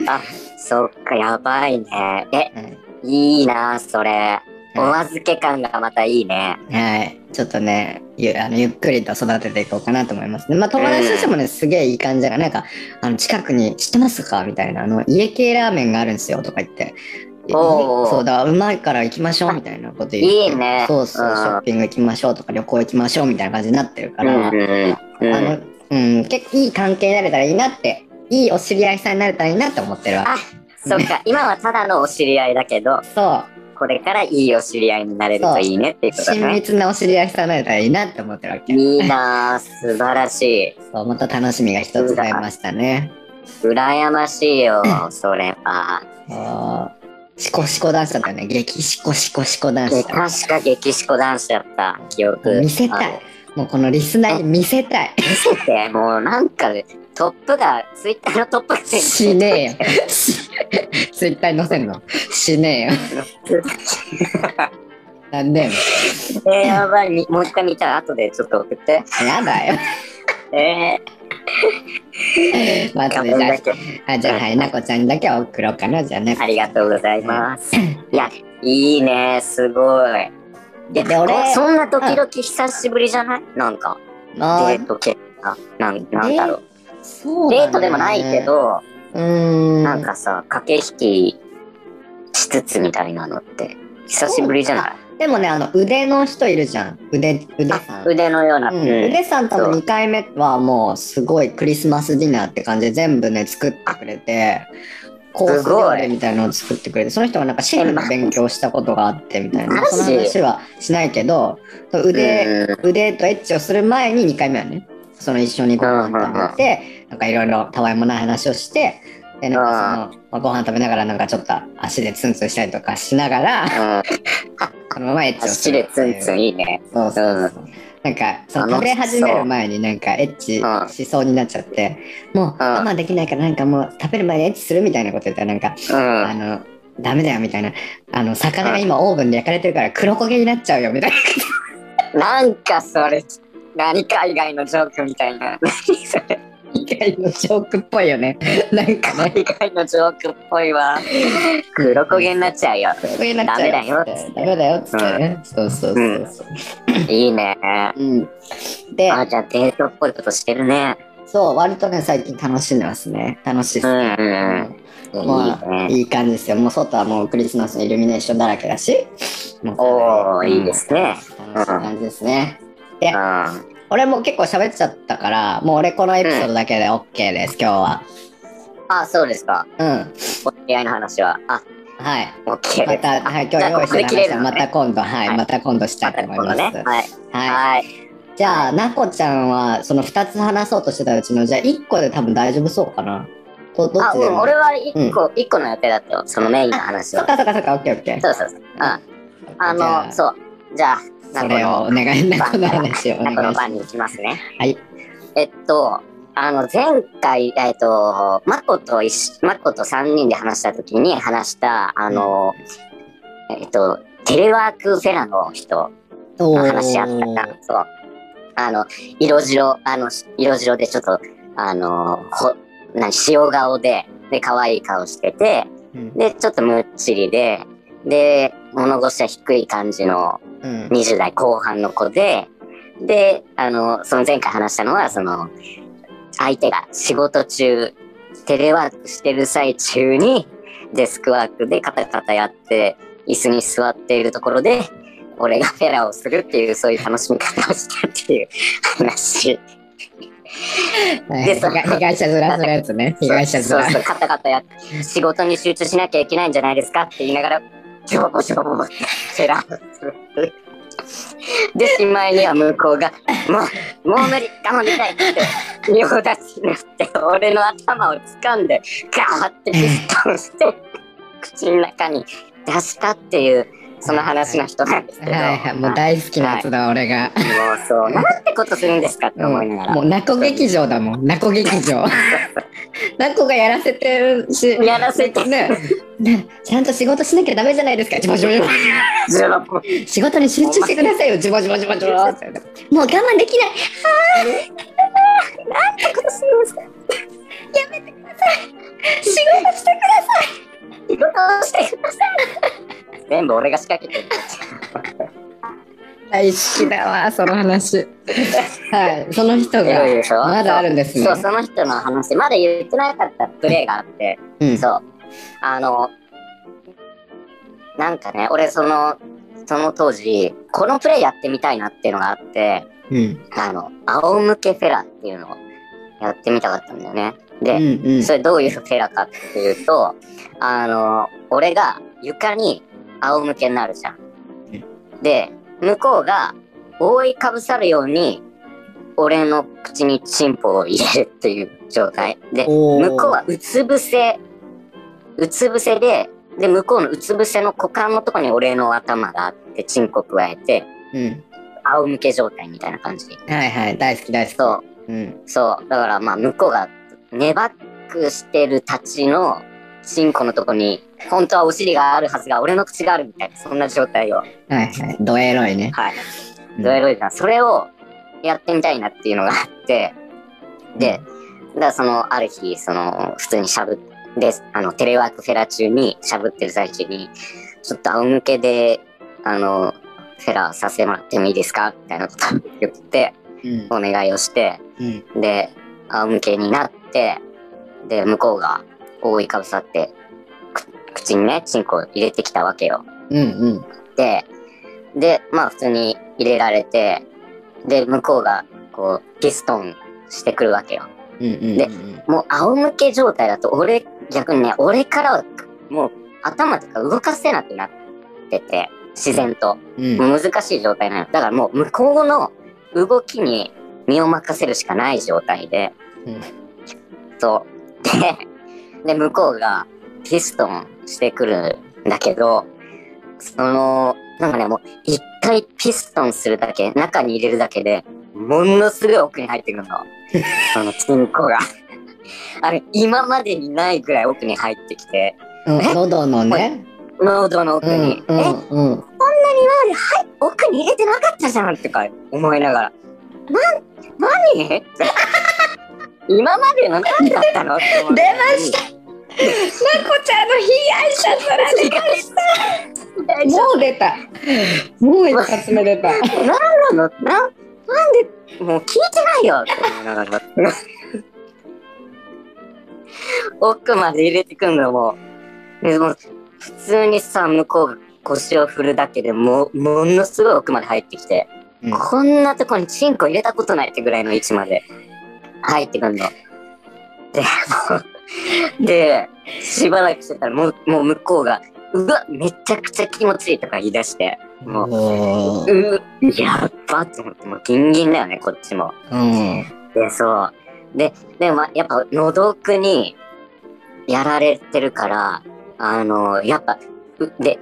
Speaker 2: あ、そっか、やばいね。え、
Speaker 1: うん
Speaker 2: いいな、それ。お預け感がまたいいね。
Speaker 1: はい。ちょっとね、ゆあのゆっくりと育てていこうかなと思いますね。まあ友達としてもね、すげえいい感じだから、なんか、あの、近くに、知ってますかみたいな、あの、家系ラーメンがあるんですよ、とか言って。
Speaker 2: おー
Speaker 1: そうだ、うまいから行きましょう、みたいなこと言って。
Speaker 2: いいね。
Speaker 1: そうそう、シ
Speaker 2: ん
Speaker 1: ョッピング行きましょうとか、旅行行きましょう、みたいな感じになってるか
Speaker 2: うん
Speaker 1: ら、
Speaker 2: うん
Speaker 1: あ
Speaker 2: う
Speaker 1: の
Speaker 2: ん、、
Speaker 1: うん、結構いい関係になれたらいいなって、いいお知り合いさんになれたらいいなって思ってるわ
Speaker 2: あ。そっか、今はただのお知り合いだけど、
Speaker 1: そう。
Speaker 2: これからいいお知り合いになれるといいねっていうことだ
Speaker 1: 親
Speaker 2: ね。
Speaker 1: 密なお知り合いさんならいいなって思ってるわけ。
Speaker 2: いいなあ素晴らしい。
Speaker 1: そう、また楽しみが一つ増えましたね。
Speaker 2: 羨ましいよ、それは。
Speaker 1: そう。シコシコ男子だったよね。激シコシコシコ男
Speaker 2: で
Speaker 1: 子だっ
Speaker 2: 確か激しこ男子だった記憶。
Speaker 1: 見せたい
Speaker 2: ある。
Speaker 1: た。もうこのリスナーに見せたい。
Speaker 2: 見せて、もうなんか、トップが、ツイッターのトップがつい
Speaker 1: しねえ よ。ツイッターに載せんのしねえよ。なんでよ。
Speaker 2: て、えーやばい、みもう一回見たら後でちょっと送って。
Speaker 1: やだよ。
Speaker 2: え
Speaker 1: まあ、それじゃ
Speaker 2: ー、頑張だけ。
Speaker 1: あ、あじゃあ、はい、なこちゃんにだけは送ろうかな、じゃあね。
Speaker 2: ありがとうございます。いや、いいね、すごい。で、
Speaker 1: で俺
Speaker 2: こそんなドキドキ久しぶりじゃないなんか、
Speaker 1: も
Speaker 2: デ
Speaker 1: う
Speaker 2: ート系な、なんなんだろう。
Speaker 1: そうだね
Speaker 2: デートでもないけ。ど、
Speaker 1: うーん。
Speaker 2: なんかさ、駆け引きしつつみたいなのって、久しぶりじゃない
Speaker 1: でもね、あの、腕の人いるじゃん。腕、腕さん。
Speaker 2: 腕のような。
Speaker 1: うん
Speaker 2: うん
Speaker 1: 腕さんと
Speaker 2: そう
Speaker 1: の2回目はもうすごいクリスマスディナーって感じで全部ね作ってくれてコース料理みたいなのを作ってくれてその人がなんかシェフの勉強したことがあってみたい
Speaker 2: マ
Speaker 1: な
Speaker 2: ジ
Speaker 1: その話はしないけど腕,、
Speaker 2: う
Speaker 1: 腕とエッチをする前に2回目はねその一緒にご飯食べてなんかいろいろたわいもない話をしてでなんかその、まあ、ご飯食べながらなんかちょっと足でツンツンしたりとかしながら
Speaker 2: ん。うん。
Speaker 1: このままエッチをす
Speaker 2: 足
Speaker 1: る
Speaker 2: で
Speaker 1: って
Speaker 2: ツ
Speaker 1: いう
Speaker 2: ンツンいいね。
Speaker 1: そうそうそう。なんか、その食べ始める前になんかエッチ
Speaker 2: うん
Speaker 1: しそうになっちゃって、もう我慢できないからなんかもう食べる前にエッチするみたいなこと言ったらなんか、
Speaker 2: う
Speaker 1: あ
Speaker 2: ん。
Speaker 1: の、ダメだよみたいな。あの、魚が今オーブンで焼かれてるから黒焦げになっちゃうよみたいな。
Speaker 2: なんかそれ、何海外のジョークみたいな。何 それ、
Speaker 1: 以外のジョークっぽいよね。 なんかね、
Speaker 2: 海外のジョークっぽいわ。黒焦げになっちゃうよ。
Speaker 1: 黒焦げになっちゃうっつってダメ
Speaker 2: ダメ
Speaker 1: だよっつってね。そうそうそうそう。
Speaker 2: いいね。
Speaker 1: うん。で、
Speaker 2: あ、じゃあデートっぽいことしてるね。
Speaker 1: そう、割とね、最近楽しんでますね。楽しいっ
Speaker 2: う
Speaker 1: す。
Speaker 2: んうんうん。いい
Speaker 1: まあ、
Speaker 2: ね。
Speaker 1: いい感じですよ。もう外はもうクリスマスのイルミネーションだらけだし。もう
Speaker 2: おー
Speaker 1: うん
Speaker 2: いいですね
Speaker 1: 楽しい感じですね。で、
Speaker 2: うん
Speaker 1: 俺も結構喋っちゃったから、もう俺このエピソードだけで OK です、今日は。
Speaker 2: あ、そうですか。
Speaker 1: うん。
Speaker 2: お付き合いの話は。あ、
Speaker 1: はい。
Speaker 2: OK
Speaker 1: ま
Speaker 2: です。
Speaker 1: た、はい、今日用意して
Speaker 2: ここで切れ
Speaker 1: る
Speaker 2: る
Speaker 1: 話
Speaker 2: の
Speaker 1: ま
Speaker 2: ね
Speaker 1: た今度、はい、
Speaker 2: はい
Speaker 1: また今度したいと思い
Speaker 2: 今
Speaker 1: ま
Speaker 2: 度
Speaker 1: す。
Speaker 2: ね。はい。
Speaker 1: はい。
Speaker 2: はい。
Speaker 1: じゃあ、なこちゃんは、その2つ話そうとしてたうちの、じゃあ1個で多分大丈夫そうかな。どどっ
Speaker 2: あ、
Speaker 1: ち
Speaker 2: う
Speaker 1: で
Speaker 2: ん、
Speaker 1: も。
Speaker 2: 俺は一個、一、個の予定だったよ。そのメインの話
Speaker 1: そっ
Speaker 2: は。
Speaker 1: かそっかそっか、オッケーオッケー。
Speaker 2: そうそうそう。うん。あ
Speaker 1: じゃ
Speaker 2: の、そう。じゃあ、
Speaker 1: それをお願い、なこの話をお願し
Speaker 2: ないこの
Speaker 1: ます。
Speaker 2: 番に行きますね。
Speaker 1: はい。
Speaker 2: えっと、あの、前回、えっと、まこと一緒、まこと3人で話した時に話した、あの、えっと、テレワークフェラの人
Speaker 1: お
Speaker 2: の話し合ったな。そう。あの、色白、あの、色白でちょっと、あの、ほ、な、塩顔で、で、可愛い顔してて、
Speaker 1: うん
Speaker 2: で、ちょっとむっちりで、で、物腰は低い感じの
Speaker 1: うん
Speaker 2: 20代後半の子で、で、あの、その前回話したのは、その、相手が仕事中、テレワークしてる最中に、デスクワークでカタカタやって、椅子に座っているところで、俺がフェラをするっていう、そういう楽しみ方をしたっていう話。
Speaker 1: はい
Speaker 2: で
Speaker 1: 被
Speaker 2: そ
Speaker 1: 害被害者面するやつね。被害者
Speaker 2: そう
Speaker 1: 面。
Speaker 2: そう、カタカタやって、仕事に集中しなきゃいけないんじゃないですかって言いながら、ちょぼぼちょぼぼって、フェラー で、しまいには向こうが、もう、もう無理、我慢できないって言って、両立ちになって、俺の頭を掴んで、ガーってピストンして、口の中に出したっていう、その話の人なんですけど、
Speaker 1: はいはい、もう大好きなやつだ、俺が。
Speaker 2: もうそう、なんてことするんですかって思いながら
Speaker 1: も。う、ナコ劇場だもん、ナコ劇場。ナコがやらせてるし、
Speaker 2: やらせて
Speaker 1: ね。ねちゃんと仕事しなきゃダメじゃないですか、ジボジボジボ
Speaker 2: ジョボジョ
Speaker 1: 仕事に集中してくださいよ、ジボジボジボジボ。もう我慢できない。
Speaker 2: ボするんですか
Speaker 1: 仕事してください。
Speaker 2: 仕事をしてください。全部俺が仕掛けてる。
Speaker 1: 大好きだわ、その話。はい、その人
Speaker 2: いろいろ
Speaker 1: が
Speaker 2: でしょ
Speaker 1: まだあるんですね。
Speaker 2: そう、その人の話、まだ言ってなかったプレーがあって、
Speaker 1: うん
Speaker 2: そう。あの、なんかね、俺その、その当時、このプレーやってみたいなっていうのがあって、
Speaker 1: うん。
Speaker 2: あの、仰向けフェラっていうのをやってみたかったんだよね。
Speaker 1: う
Speaker 2: で、
Speaker 1: んうん。
Speaker 2: それどういうフェラかっていうと、あの、俺が床に仰向けになるじゃん
Speaker 1: うん。
Speaker 2: で、向こうが覆いかぶさるように、俺の口にチンポを入れるっていう状態。で、
Speaker 1: おー
Speaker 2: 向こうはうつ伏せ、うつ伏せで、で、向こうのうつ伏せの股間のとこに俺の頭があって、チンコ加えて、
Speaker 1: うん。
Speaker 2: 仰向け状態みたいな感じ。
Speaker 1: はいはい。大好き大好き。
Speaker 2: そう。
Speaker 1: うん。
Speaker 2: そう。だからまあ、向こうが、ネバックしてるたちの、チンコのとこに、本当はお尻があるはずが、俺の口があるみたいな、そんな状態を。
Speaker 1: はいはい。ドエロいね。
Speaker 2: は
Speaker 1: う
Speaker 2: い。
Speaker 1: ん
Speaker 2: どうやろうな。それを、やってみたいなっていうのがあって、で、だからその、ある日、その、普通にしゃぶ、で、あの、テレワークフェラ中に、しゃぶってる最中に、ちょっと仰向けで、あの、フェラさせてもらってもいいですかみたいなことを言って、
Speaker 1: うん。
Speaker 2: お願いをして、
Speaker 1: うん。
Speaker 2: で、仰向けになって、で、向こうが覆いかぶさって、く口にね、チンコを入れてきたわけよ。
Speaker 1: うんうん。
Speaker 2: で、で、まあ普通に入れられて、で、向こうがこう、ピストンしてくるわけよ。
Speaker 1: うんうん。
Speaker 2: で
Speaker 1: うん
Speaker 2: もう仰向け状態だと、俺、逆にね、俺からは、もう頭とか動かせなくなってて、自然と。
Speaker 1: うん。
Speaker 2: もう難しい状態なの。だからもう向こうの動きに身を任せるしかない状態で。
Speaker 1: うん
Speaker 2: そう。で、で、向こうがピストンしてくるんだけど、その、なんかね、もう一回ピストンするだけ、中に入れるだけで、ものすごい奥に入っ てくるの。そのチンコが。 あれ、今までにないぐらい奥に入ってきて、
Speaker 1: うん。喉のね。
Speaker 2: 喉の奥
Speaker 1: う
Speaker 2: に
Speaker 1: ん、う
Speaker 2: え、
Speaker 1: んうん。
Speaker 2: 奥に入れてなかったじゃんとか思いながら。な、何 今までの何だったのって思って
Speaker 1: 出ましたこちゃんの被害者のラジもう出た。もう一発目出た。
Speaker 2: なのななんでもう聞いてないよって思いながら 奥まで入れてくんのもうでもう普通にさ向こうが腰を振るだけでもうものすごい奥まで入ってきて、
Speaker 1: うん
Speaker 2: こんなとこにチンコ入れたことないってぐらいの位置まで入ってくんの。でもうでしばらくしてたらもうもう向こうが「うわめちゃくちゃ気持ちいい」とか言い出してもう
Speaker 1: おー
Speaker 2: うやっばと思って、もうギンギンだよね、こっちも。
Speaker 1: うん。
Speaker 2: で、そう。で、でも、やっぱ、喉奥に、やられてるから、あの、やっぱ、うで、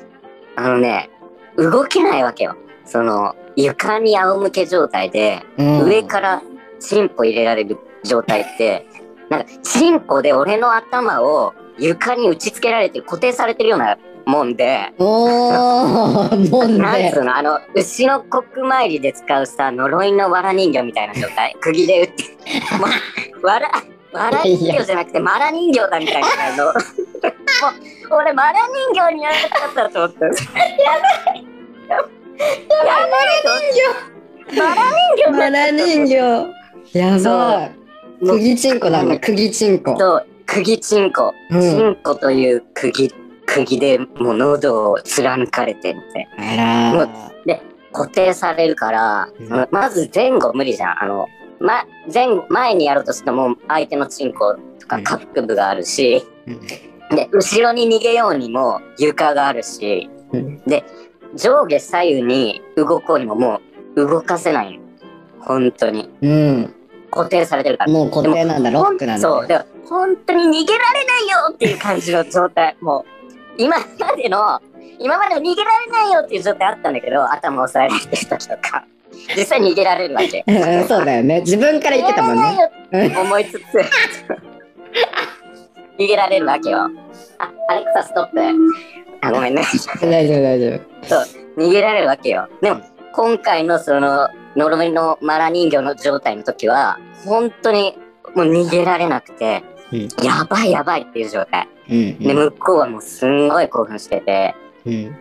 Speaker 2: あのね、動けないわけよ。その、床に仰向け状態で、
Speaker 1: うん
Speaker 2: 上からチンポ入れられる状態って、なんか、チンポで俺の頭を床に打ち付けられてる、固定されてるようなもんで、
Speaker 1: おー、もん
Speaker 2: なん
Speaker 1: で
Speaker 2: つ。うのあの牛の国参りで使うさ呪いの藁人形みたいな状態釘で打って、ま、藁藁人形じゃなくてマラ人形だみたいなのもう俺マラ人形になりたかったと思ったやばいやばいマラ人形マ
Speaker 1: マ
Speaker 2: ラ
Speaker 1: ラ
Speaker 2: 人
Speaker 1: 人
Speaker 2: 形
Speaker 1: 形。やばい。
Speaker 2: そう
Speaker 1: 釘チンコなんだ、釘チンコ。
Speaker 2: と釘チンコ、
Speaker 1: うん
Speaker 2: チンコという釘釘でもう喉を貫かれてみたいな
Speaker 1: あら
Speaker 2: 固定されるから、
Speaker 1: うん
Speaker 2: まず前後無理じゃん。あの、ま、前後、前にやろうとしても相手のチンコと
Speaker 1: う
Speaker 2: か
Speaker 1: ん
Speaker 2: 下腹部があるし、
Speaker 1: ー。
Speaker 2: で、後ろに逃げようにも床があるし、
Speaker 1: うん
Speaker 2: で、上下左右に動こうにももう動かせないの。本当に。
Speaker 1: うん。
Speaker 2: 固定されてるから。
Speaker 1: もう固定なんだ、ロックなんだ。
Speaker 2: そう。だから本当に逃げられないよっていう感じの状態。もう、今までの、今までの逃げられないよっていう状態あったんだけど、頭を押さえられてる時とか、実際逃げられるわ け。
Speaker 1: うんそうだよね。自分から言ってたもんね。
Speaker 2: 逃げられないよって思いつつ、 逃げられるわけよ。あ、アレクサストップ。あ、ごめんね。
Speaker 1: 大丈夫、大丈夫。
Speaker 2: 逃げられるわけよ。でも、今回のその、呪いのマラ人形の状態の時は、本当にもう逃げられなくて、
Speaker 1: うん
Speaker 2: やばいやばいっていう状態。
Speaker 1: うん
Speaker 2: で、向こうはもうすんごい興奮してて、
Speaker 1: うん。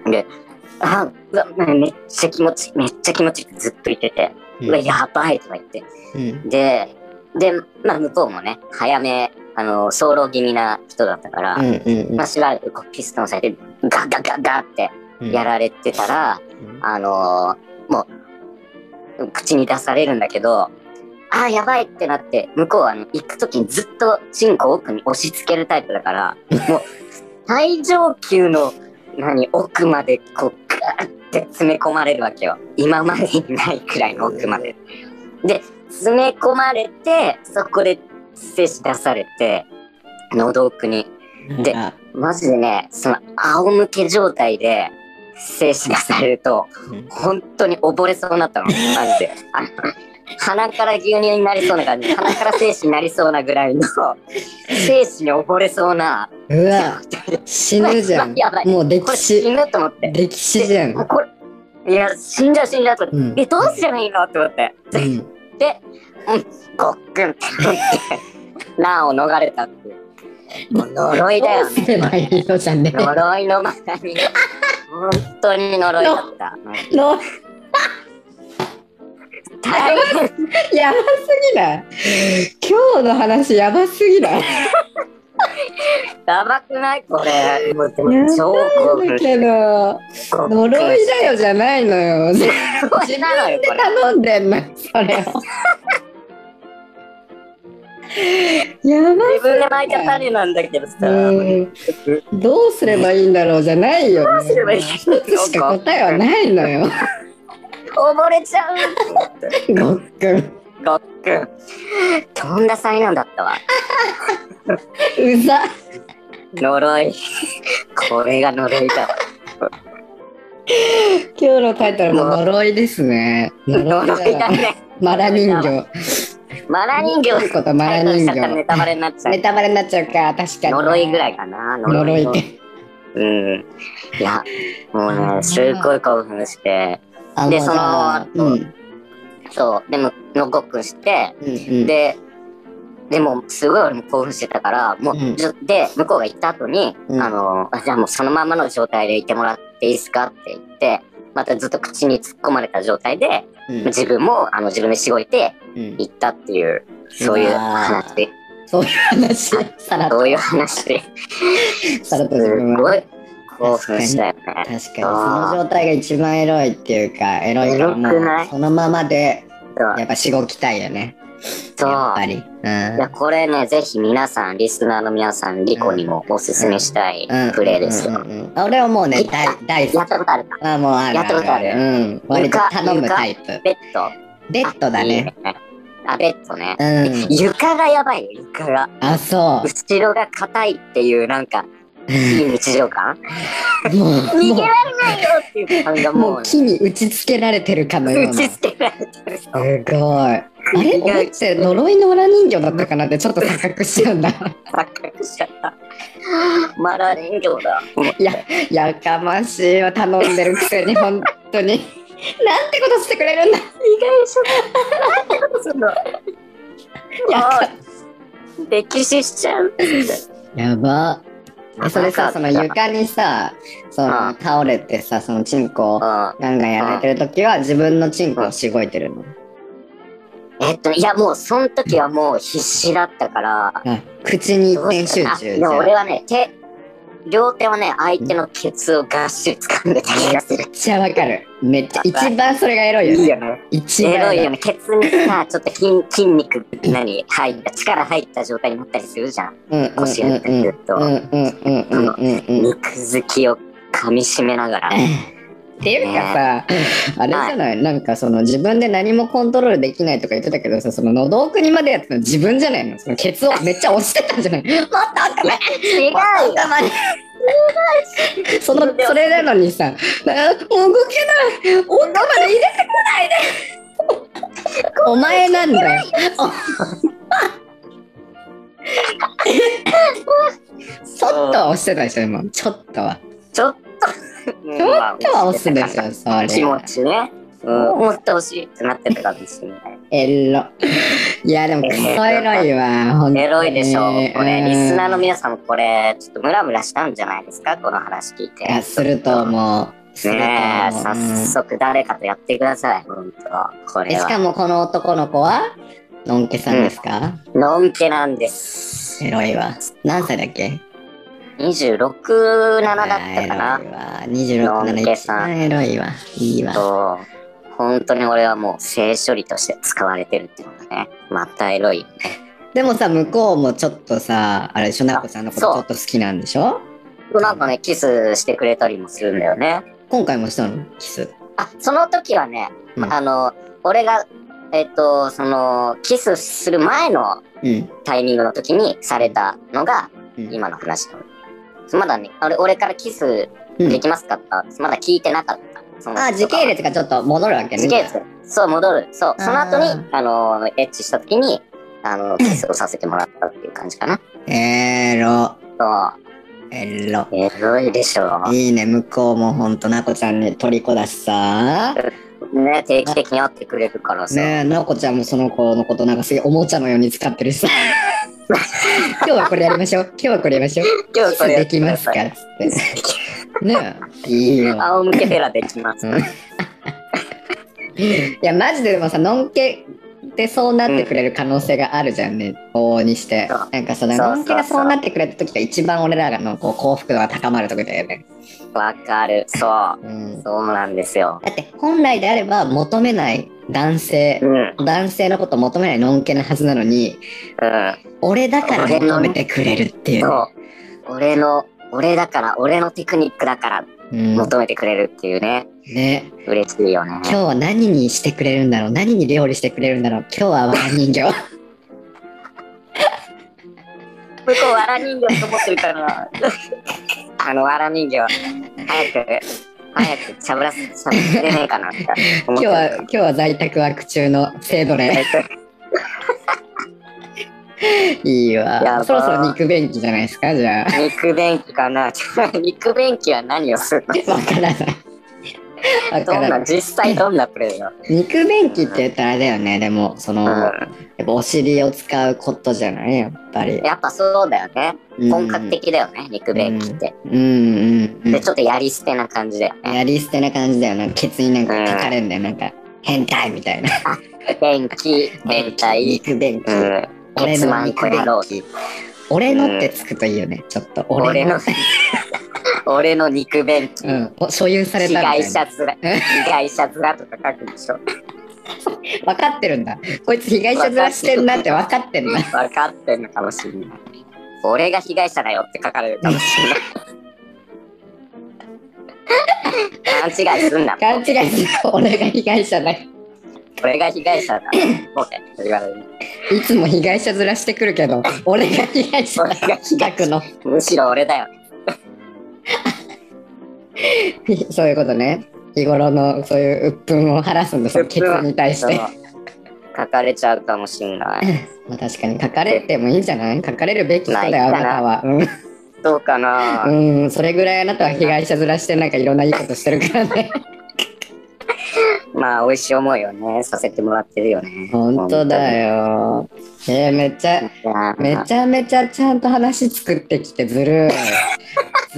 Speaker 2: あ、うわ、めっちゃ気持ちいい、めっちゃ気持ちいいってずっと言ってて、
Speaker 1: う
Speaker 2: うわ、
Speaker 1: ん。
Speaker 2: やばいとか言って。
Speaker 1: うん。
Speaker 2: で、で、まあ向こうもね、早め、あの、早漏気味な人だったから、
Speaker 1: うん。うん
Speaker 2: まあしばらくこうピストンされて、ガッガッガッガッって
Speaker 1: うん。
Speaker 2: やられてたら、
Speaker 1: うん。
Speaker 2: あのーもう、口に出されるんだけど、あーやばいってなって、向こうはあの行くときにずっとチンコを奥に押し付けるタイプだから、もう、最上級の何、奥までこう、ガーって詰め込まれるわけよ。今までにないくらいの奥まで。で、詰め込まれて、そこで精子出されて、喉奥に。で
Speaker 1: なんか
Speaker 2: マジでね、その、仰向け状態で、精子出されると、
Speaker 1: うん
Speaker 2: 本当に溺れそうになったの、マジで。あの鼻から牛乳になりそうな感じ、鼻から精子になりそうなぐらいの、精子に溺れそうな、
Speaker 1: うわ、死ぬじゃん
Speaker 2: やば。い
Speaker 1: もう
Speaker 2: こ
Speaker 1: 歴
Speaker 2: れ死
Speaker 1: 史、
Speaker 2: ぬと思って。
Speaker 1: 歴史じゃん。
Speaker 2: あこれいや、死んじゃう死んじゃうと思って、
Speaker 1: うん
Speaker 2: え、どうすればいいのって思って。
Speaker 1: うん、
Speaker 2: で、うん、ごっくんってなって、難を逃れたっていう。もう呪いだよね。
Speaker 1: すればいいのじゃねえ。
Speaker 2: 呪いのまさに本当に呪いだった
Speaker 1: の
Speaker 2: 大変
Speaker 1: やばすぎない今日の話やばすぎない
Speaker 2: やばくないこれもうで
Speaker 1: やば
Speaker 2: も
Speaker 1: い
Speaker 2: 超興
Speaker 1: だ
Speaker 2: 奮
Speaker 1: けど
Speaker 2: 興奮
Speaker 1: 呪いだよじゃないのよ自
Speaker 2: 呪いなの
Speaker 1: 分
Speaker 2: よ
Speaker 1: で
Speaker 2: これ
Speaker 1: 頼んでんのそ れをやば
Speaker 2: 自分で巻いた種なんだけどさ
Speaker 1: うんどうすればいいんだろうじゃないよどう
Speaker 2: すればいい
Speaker 1: 一つしか答えはないのよ
Speaker 2: 溺れちゃう
Speaker 1: ごっくん
Speaker 2: ごっくんとんだ災難だったわ
Speaker 1: うざ
Speaker 2: 呪いこれが呪いだわ
Speaker 1: 今日のタイトルも呪いですね呪
Speaker 2: 呪
Speaker 1: いだ
Speaker 2: いだ
Speaker 1: よ
Speaker 2: ね
Speaker 1: マラ人形
Speaker 2: マラ人
Speaker 1: どういう
Speaker 2: 形
Speaker 1: ことマラ
Speaker 2: タイトルし
Speaker 1: 人
Speaker 2: ちゃったら
Speaker 1: 形
Speaker 2: ネタバレになっちゃ
Speaker 1: ネ
Speaker 2: う
Speaker 1: タバレになっちゃうか確かに
Speaker 2: 呪いぐらいかな
Speaker 1: 呪い
Speaker 2: の
Speaker 1: って
Speaker 2: うん。いや、もうね、すっごい興奮して、
Speaker 1: あ
Speaker 2: で
Speaker 1: もうじゃあ
Speaker 2: その
Speaker 1: うん
Speaker 2: そう、でも、のごっくんして、
Speaker 1: うんうん
Speaker 2: で、でも、すごい俺も興奮してたから、もう、
Speaker 1: うん
Speaker 2: ちょで、向こうが行った後に、
Speaker 1: うん
Speaker 2: あの、あじゃあもうそのままの状態でいてもらっていいですかって言って、またずっと口に突っ込まれた状態で、
Speaker 1: うん
Speaker 2: 自分も、あの、自分でしごいて
Speaker 1: うん
Speaker 2: 行ったっていう、そういう
Speaker 1: うわー
Speaker 2: 話、
Speaker 1: そういう話さらっと
Speaker 2: そういう話。
Speaker 1: さらっと自
Speaker 2: す
Speaker 1: 分
Speaker 2: ご
Speaker 1: はい
Speaker 2: 興奮したよね。
Speaker 1: 確かにその状態が一番エロいっていうかエロいからも
Speaker 2: エロくな
Speaker 1: う
Speaker 2: い
Speaker 1: そのままで
Speaker 2: そう
Speaker 1: やっぱしごきたいよねやっ
Speaker 2: そう
Speaker 1: ぱ。りうん
Speaker 2: いや、これね、ぜひ皆さん、リスナーの皆さん、リコにもおすすめしたい
Speaker 1: うん
Speaker 2: プレイです
Speaker 1: うん
Speaker 2: よ。
Speaker 1: うんうん俺はもうね大大
Speaker 2: や
Speaker 1: 好き
Speaker 2: ったことあるか
Speaker 1: あもうある
Speaker 2: やったことある
Speaker 1: うん割と頼む
Speaker 2: 床
Speaker 1: タイプ
Speaker 2: ベッド
Speaker 1: ベッドだ
Speaker 2: いい
Speaker 1: ね。
Speaker 2: あ、ベッドね。
Speaker 1: うん
Speaker 2: 床がやばいよ、床が。
Speaker 1: あそう
Speaker 2: 後ろが硬いっていう、なんか、いい日常感
Speaker 1: もう
Speaker 2: 逃げ
Speaker 1: も
Speaker 2: られないよっていう感が
Speaker 1: うも
Speaker 2: も
Speaker 1: う
Speaker 2: う、
Speaker 1: 木に打ちつけられてるかのよ
Speaker 2: 打
Speaker 1: うな
Speaker 2: ち
Speaker 1: す
Speaker 2: つけられてる。
Speaker 1: ごいあれ俺って呪いの裏人形だったかなってちょっと錯覚しちゃうんだ
Speaker 2: 錯覚しちゃった。マラ人形だ。
Speaker 1: いややかましいわ頼んでるくせに本当 になんてことしてくれるんだ
Speaker 2: 意外しょ。なんてことすんの
Speaker 1: やか
Speaker 2: 歴史しちゃう。
Speaker 1: やばえそれさその床にさその
Speaker 2: うん
Speaker 1: 倒れてさそのチンコを
Speaker 2: うん
Speaker 1: ガンガンやられてる時は自分のチンコをしごいてるの
Speaker 2: えっと、いや、もう、その時はもう必死だったから、
Speaker 1: あ口に一
Speaker 2: どう
Speaker 1: 点
Speaker 2: し
Speaker 1: 集
Speaker 2: ようかな
Speaker 1: 中
Speaker 2: で
Speaker 1: じゃ
Speaker 2: も
Speaker 1: ん
Speaker 2: 俺はね、手、両手はね、相手のケツをがっしり掴んでた気がする
Speaker 1: めっ。ちゃわかる。めっちゃ、
Speaker 2: やばい
Speaker 1: 一番それがエロいよね。
Speaker 2: ね。
Speaker 1: 一番
Speaker 2: エロいよね。ケツにさ、ちょっと筋筋肉、何、入った、力入った状態になったりするじゃん。
Speaker 1: うんうんうん
Speaker 2: 腰が
Speaker 1: うん
Speaker 2: ずっと
Speaker 1: うんうんうんうんうん。っ
Speaker 2: 肉付きを噛み締めながら。
Speaker 1: ていうかさ、あれじゃない、なんかその自分で何もコントロールできないとか言ってたけどさ、その喉奥にまでやってたの自分じゃないのそのケ ツをめっちゃ押してたんじゃないもっと奥まで
Speaker 2: 違うよ
Speaker 1: もっと奥までその、それなのにさ、なもう動けない奥まで入れてこないでお前なんだよ。 ちょっとは押してたでしょ、今。ちょっとは。
Speaker 2: ちょっと、
Speaker 1: ちょっとは押すでしょ、そ
Speaker 2: 気持
Speaker 1: れ。
Speaker 2: ちね。うん、思ってほしいってなってたかもしれない。
Speaker 1: エ ロ。いや、でも、クソエロいわ、ほんとに
Speaker 2: エロいでしょ。これ、
Speaker 1: うん
Speaker 2: リスナーの皆さんもこれ、ちょっとムラムラしたんじゃないですかこの話聞いて
Speaker 1: い。や、すると思う。すると
Speaker 2: ねえ、
Speaker 1: 思う
Speaker 2: 早速誰かとやってください。本当こ
Speaker 1: うんえ
Speaker 2: れ
Speaker 1: しか
Speaker 2: は。
Speaker 1: も、この男の子は、のんけさんですか
Speaker 2: のんけなんです。
Speaker 1: エロいわ。何歳だっけ
Speaker 2: 26、7だっ
Speaker 1: あー
Speaker 2: たかな
Speaker 1: エロいわ。26、
Speaker 2: の
Speaker 1: 7、
Speaker 2: んけさん
Speaker 1: 一番エロいわ。いい。わ。
Speaker 2: そう本当に俺はもう性処理として使われてるってことね。またエロい。
Speaker 1: でもさ、向こうもちょっとさ、あれでしょ、なこちゃんのことちょっと好きなんでしょ
Speaker 2: なんかね、キスしてくれたりもするんだよね。
Speaker 1: 今回もしたのキス。
Speaker 2: あ、その時はね、
Speaker 1: うん
Speaker 2: あの、俺が、えっと、その、キスする前の
Speaker 1: うん。
Speaker 2: タイミングの時にされたのが、
Speaker 1: うん
Speaker 2: 今の話なの。まだね、あれ俺からキス
Speaker 1: うん
Speaker 2: できますかって、まだ聞いてなかった。その
Speaker 1: あ、時系列がちょっと戻るわけね。
Speaker 2: 時系列。そう、戻る。そう。その後
Speaker 1: あ
Speaker 2: に、あの、エッチした時に、あの、キスをさせてもらったっていう感じかな。
Speaker 1: エロ、
Speaker 2: そ
Speaker 1: エロ。
Speaker 2: う。エロいでしょ。
Speaker 1: いいね、向こうもほんと、なこちゃんに虜だしさ。
Speaker 2: ね、定期的に会ってくれるからさ。
Speaker 1: ねえ、なこちゃんもその子のことなんかすげえおもちゃのように使ってるし さ。今日はこれやりましょう。今日はこれやりましょう。
Speaker 2: 今日
Speaker 1: キス
Speaker 2: これや
Speaker 1: で
Speaker 2: っ
Speaker 1: き
Speaker 2: て
Speaker 1: ま
Speaker 2: だ
Speaker 1: すか
Speaker 2: さ
Speaker 1: っ
Speaker 2: い
Speaker 1: つ って。ねえ、いいよ。
Speaker 2: 仰向けフェラできます。
Speaker 1: うんいやマジででもさのんけでそうなってくれる可能性があるじゃんね、往々にして
Speaker 2: そう
Speaker 1: なんかさ
Speaker 2: そうそう
Speaker 1: のんけがそうなってくれた時が一番俺らのこう幸福度が高まる時だよね、
Speaker 2: わかる。そうう。
Speaker 1: ん、だ
Speaker 2: そうなんですよ。
Speaker 1: って本来であれば求めない男性
Speaker 2: うん。うん。
Speaker 1: 男性のこと求めないのんけなはずなのに俺だから求めてくれるっていう、
Speaker 2: そう。俺の、俺だから、俺のテクニックだから
Speaker 1: うん、
Speaker 2: 求めてくれるっていうね。
Speaker 1: ね
Speaker 2: 嬉しいよね
Speaker 1: 今。日は何にしてくれるんだろう何に料理してくれるんだろう今日はわら人 形
Speaker 2: 向こうわら人形と思ってるから な。あのわら人形、早く、早くしゃぶらせ、しゃぶらせれねえかなって
Speaker 1: 今日
Speaker 2: 思ってる
Speaker 1: は今日は在宅ワーク中の性奴隷いい
Speaker 2: や
Speaker 1: わ。
Speaker 2: ば
Speaker 1: そろそろ肉便器じゃないですか、じ ゃあ。
Speaker 2: 肉便器かな 肉便器は何をする
Speaker 1: わからない。わ
Speaker 2: のど
Speaker 1: か
Speaker 2: ん
Speaker 1: らな。
Speaker 2: ない実際どんなプレイなの、
Speaker 1: 肉便器って言ったらあれだよね、でも、その、や
Speaker 2: う
Speaker 1: っぱお尻を使うことじゃないやっぱり
Speaker 2: ん、。やっぱそうだよね
Speaker 1: うん
Speaker 2: 本格。的だよね、肉便器って、
Speaker 1: うんうんうん
Speaker 2: で。ちょっとやり捨てな感じだよね
Speaker 1: やり捨てな感じだよな。ケツになんか書かれんだよ、なんか。変態みたいな。
Speaker 2: 便器変態
Speaker 1: 肉便器
Speaker 2: う。んケ
Speaker 1: 俺
Speaker 2: ツ
Speaker 1: の
Speaker 2: マンコ
Speaker 1: 肉便
Speaker 2: 野郎
Speaker 1: 器。俺のってつくといいよね、ちょっと。
Speaker 2: 俺
Speaker 1: 俺の
Speaker 2: の。俺の肉便器、
Speaker 1: うん。お所有された
Speaker 2: 被
Speaker 1: みたい
Speaker 2: 害
Speaker 1: な。
Speaker 2: 者面被害者面とか書くでしょ
Speaker 1: 分かってるんだ。こいつ被害者面してんなって分かってんだ。
Speaker 2: 分かってんのかもしれない俺が被害者だよって書かれるかもしれない勘違いすんな
Speaker 1: 勘違いする俺が被害者だい
Speaker 2: 俺が被害者だボケって言われる
Speaker 1: いつも被害者ずらしてくるけど俺が被害者
Speaker 2: 俺が被害
Speaker 1: 近くの
Speaker 2: むしろ俺だよ
Speaker 1: そういうことね日頃のそういう鬱憤を晴らすんだそのケツに対して
Speaker 2: そう書かれちゃうかもしれない
Speaker 1: まあ確かに書かれてもいいんじゃない書かれるべき人だ
Speaker 2: まあ
Speaker 1: よ
Speaker 2: い
Speaker 1: あ
Speaker 2: いか
Speaker 1: な
Speaker 2: な
Speaker 1: たは
Speaker 2: どうかな、
Speaker 1: うん、うん、それぐらいあなたは被害者ずらしてなんかいろんないいことしてるから ね
Speaker 2: まあ美味しい思いをねさせてもらってるよね
Speaker 1: 本当だよえー、めっちゃ
Speaker 2: 本当にいや
Speaker 1: めちゃめちゃちゃんと話作ってきてずるい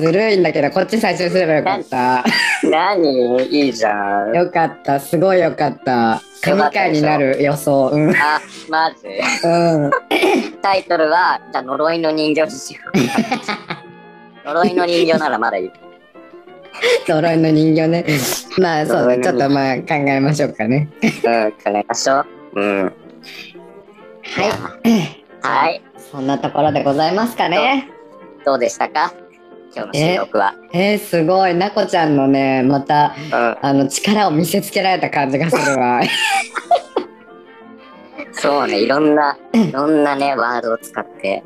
Speaker 1: ずるいんだけどこっち最初にすればよかった
Speaker 2: 何いいじゃ ん
Speaker 1: よかった、すごいよかった。
Speaker 2: よか
Speaker 1: 神
Speaker 2: ったでしょ
Speaker 1: 回になる予想。うん。うん。
Speaker 2: あマジタイトルは、じゃあ呪いの人形にしよう。呪いの人形ならまだいい。
Speaker 1: 呪いの人形ね。まあ、そう
Speaker 2: 呪い
Speaker 1: ね。
Speaker 2: の人形
Speaker 1: ちょっとまあ考えましょうかね。
Speaker 2: うん、考えましょう。うん。
Speaker 1: はい。
Speaker 2: はい。
Speaker 1: そんなところでございますかね。
Speaker 2: どうでしたか今日の収録は。
Speaker 1: えー、すごい。なこちゃんのね、また、あの、力を見せつけられた感じがするわ。
Speaker 2: うん。そうね、いろんな、いろんなね、ワードを使って、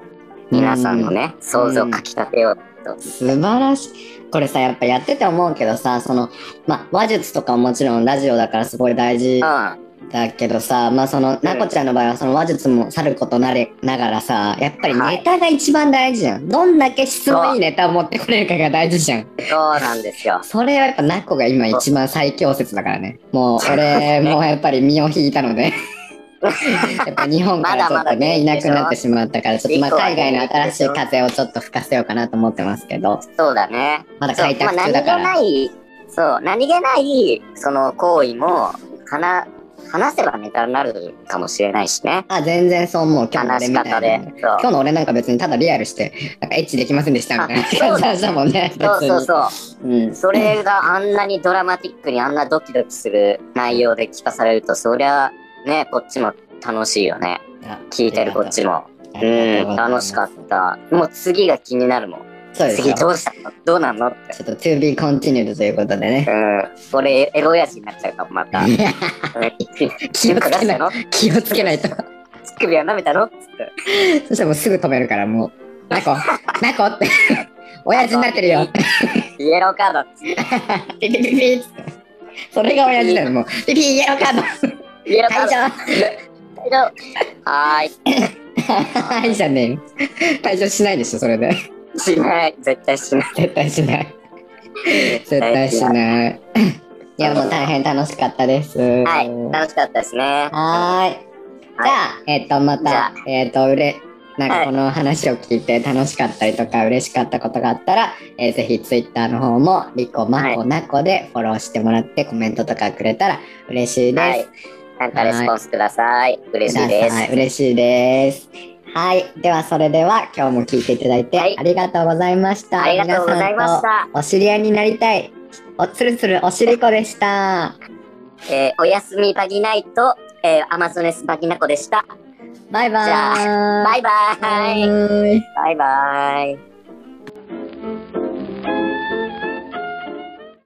Speaker 2: 皆さんのね、想像をかきたてようと。
Speaker 1: 素晴らしい。これさ、やっぱやってて思うけどさ、その、まあ、話術とかももちろんラジオだからすごい大事
Speaker 2: う
Speaker 1: だけどさ、まあその、なこちゃんの場合はその話術もさることなれながらさ、やっぱり
Speaker 2: はい
Speaker 1: ネタが一番大事じゃん。どんだけ質のいいネタを持ってこれるかが大事じゃん。
Speaker 2: ん。そうなんですよ。
Speaker 1: それはやっぱなこが今一番最強説だからね。もう俺もやっぱり身を引いたの で。やっぱ日本からちょっと
Speaker 2: まだまだ
Speaker 1: ね、い
Speaker 2: 元気
Speaker 1: なく
Speaker 2: でしょ
Speaker 1: なってしまったから、ちょっとまあ
Speaker 2: 一個は
Speaker 1: 海外の
Speaker 2: 元気でし
Speaker 1: 新し
Speaker 2: ょ
Speaker 1: い風をちょっと吹かせようかなと思ってますけど、
Speaker 2: そうだね。
Speaker 1: まだ
Speaker 2: そう
Speaker 1: 開拓
Speaker 2: まあ
Speaker 1: 中だから。
Speaker 2: 何気ない、そう、何気ない、その行為も、話、話せばネタになるかもしれないしね。
Speaker 1: あ、全然そう思う。今日の
Speaker 2: 話
Speaker 1: 俺
Speaker 2: し
Speaker 1: みた
Speaker 2: 方
Speaker 1: い
Speaker 2: で
Speaker 1: な。。
Speaker 2: そう
Speaker 1: 今日の俺なんか別にただリアルして、なんかエッチできませんでしたみたいな感じだもんね。別
Speaker 2: そう
Speaker 1: に
Speaker 2: そうそう。
Speaker 1: うん、
Speaker 2: それがあんなにドラマティックにあんなドキドキする内容で聞かされると、そりゃ、ね、こっちも楽しいよね。聞いてるこっちも。うん、楽しかった。もう次が気になるもん。
Speaker 1: そうです
Speaker 2: 次
Speaker 1: よ。ち
Speaker 2: ど
Speaker 1: ょ
Speaker 2: うしたのどうなんのって。
Speaker 1: っと to be continued ということでね
Speaker 2: う。ん。俺、エロ親父になっちゃうかも、また。
Speaker 1: 気
Speaker 2: 気
Speaker 1: を
Speaker 2: を
Speaker 1: つ
Speaker 2: つ
Speaker 1: け
Speaker 2: け
Speaker 1: な
Speaker 2: ないいの
Speaker 1: 気をつけないと。
Speaker 2: 乳首は舐めたのっつって。
Speaker 1: そしたらもうすぐ止めるから、もう。ナコ、ナコって。親父になってるよ。
Speaker 2: イエローカードっつって。
Speaker 1: ピピピピっつって。それが親父なの、もう。ピピイエローカード。
Speaker 2: イエローカー
Speaker 1: 退
Speaker 2: ド
Speaker 1: 場。
Speaker 2: 退場 はーい。
Speaker 1: はいじゃねえよ。退場しないでしょ、それで。
Speaker 2: しない。絶対しない。
Speaker 1: 絶対しない。絶対しない。いや、もう大変楽しかったです。は
Speaker 2: はい。楽しかったですね。
Speaker 1: はーい。じゃあ、えっ、と、ま
Speaker 2: じゃあ
Speaker 1: た、えっ、と、うれ、なん
Speaker 2: は
Speaker 1: か
Speaker 2: い
Speaker 1: この話を聞いて楽しかったりとか、嬉しかったことがあったら、えーぜひツイッターの方も、リコ、マコ、ナコでフォローしてもらって、コメントとかくれたら嬉しいです。
Speaker 2: はい。なんかレスポンスください。嬉しいです。
Speaker 1: はい、嬉しいです。はい、ではそれでは今日も聞いていただい
Speaker 2: はい
Speaker 1: てありがとうございました。
Speaker 2: ありがとうござい
Speaker 1: 皆
Speaker 2: まし
Speaker 1: さ
Speaker 2: た
Speaker 1: ん。とお知り合いになりたい、おつるつるおしりこでした。
Speaker 2: えーおやすみバギナイト、えーアマゾネスバギナコでした。
Speaker 1: バイバ
Speaker 2: じゃ
Speaker 1: ーイ。
Speaker 2: バイバーイ。
Speaker 1: バイ。
Speaker 2: バイバーイ。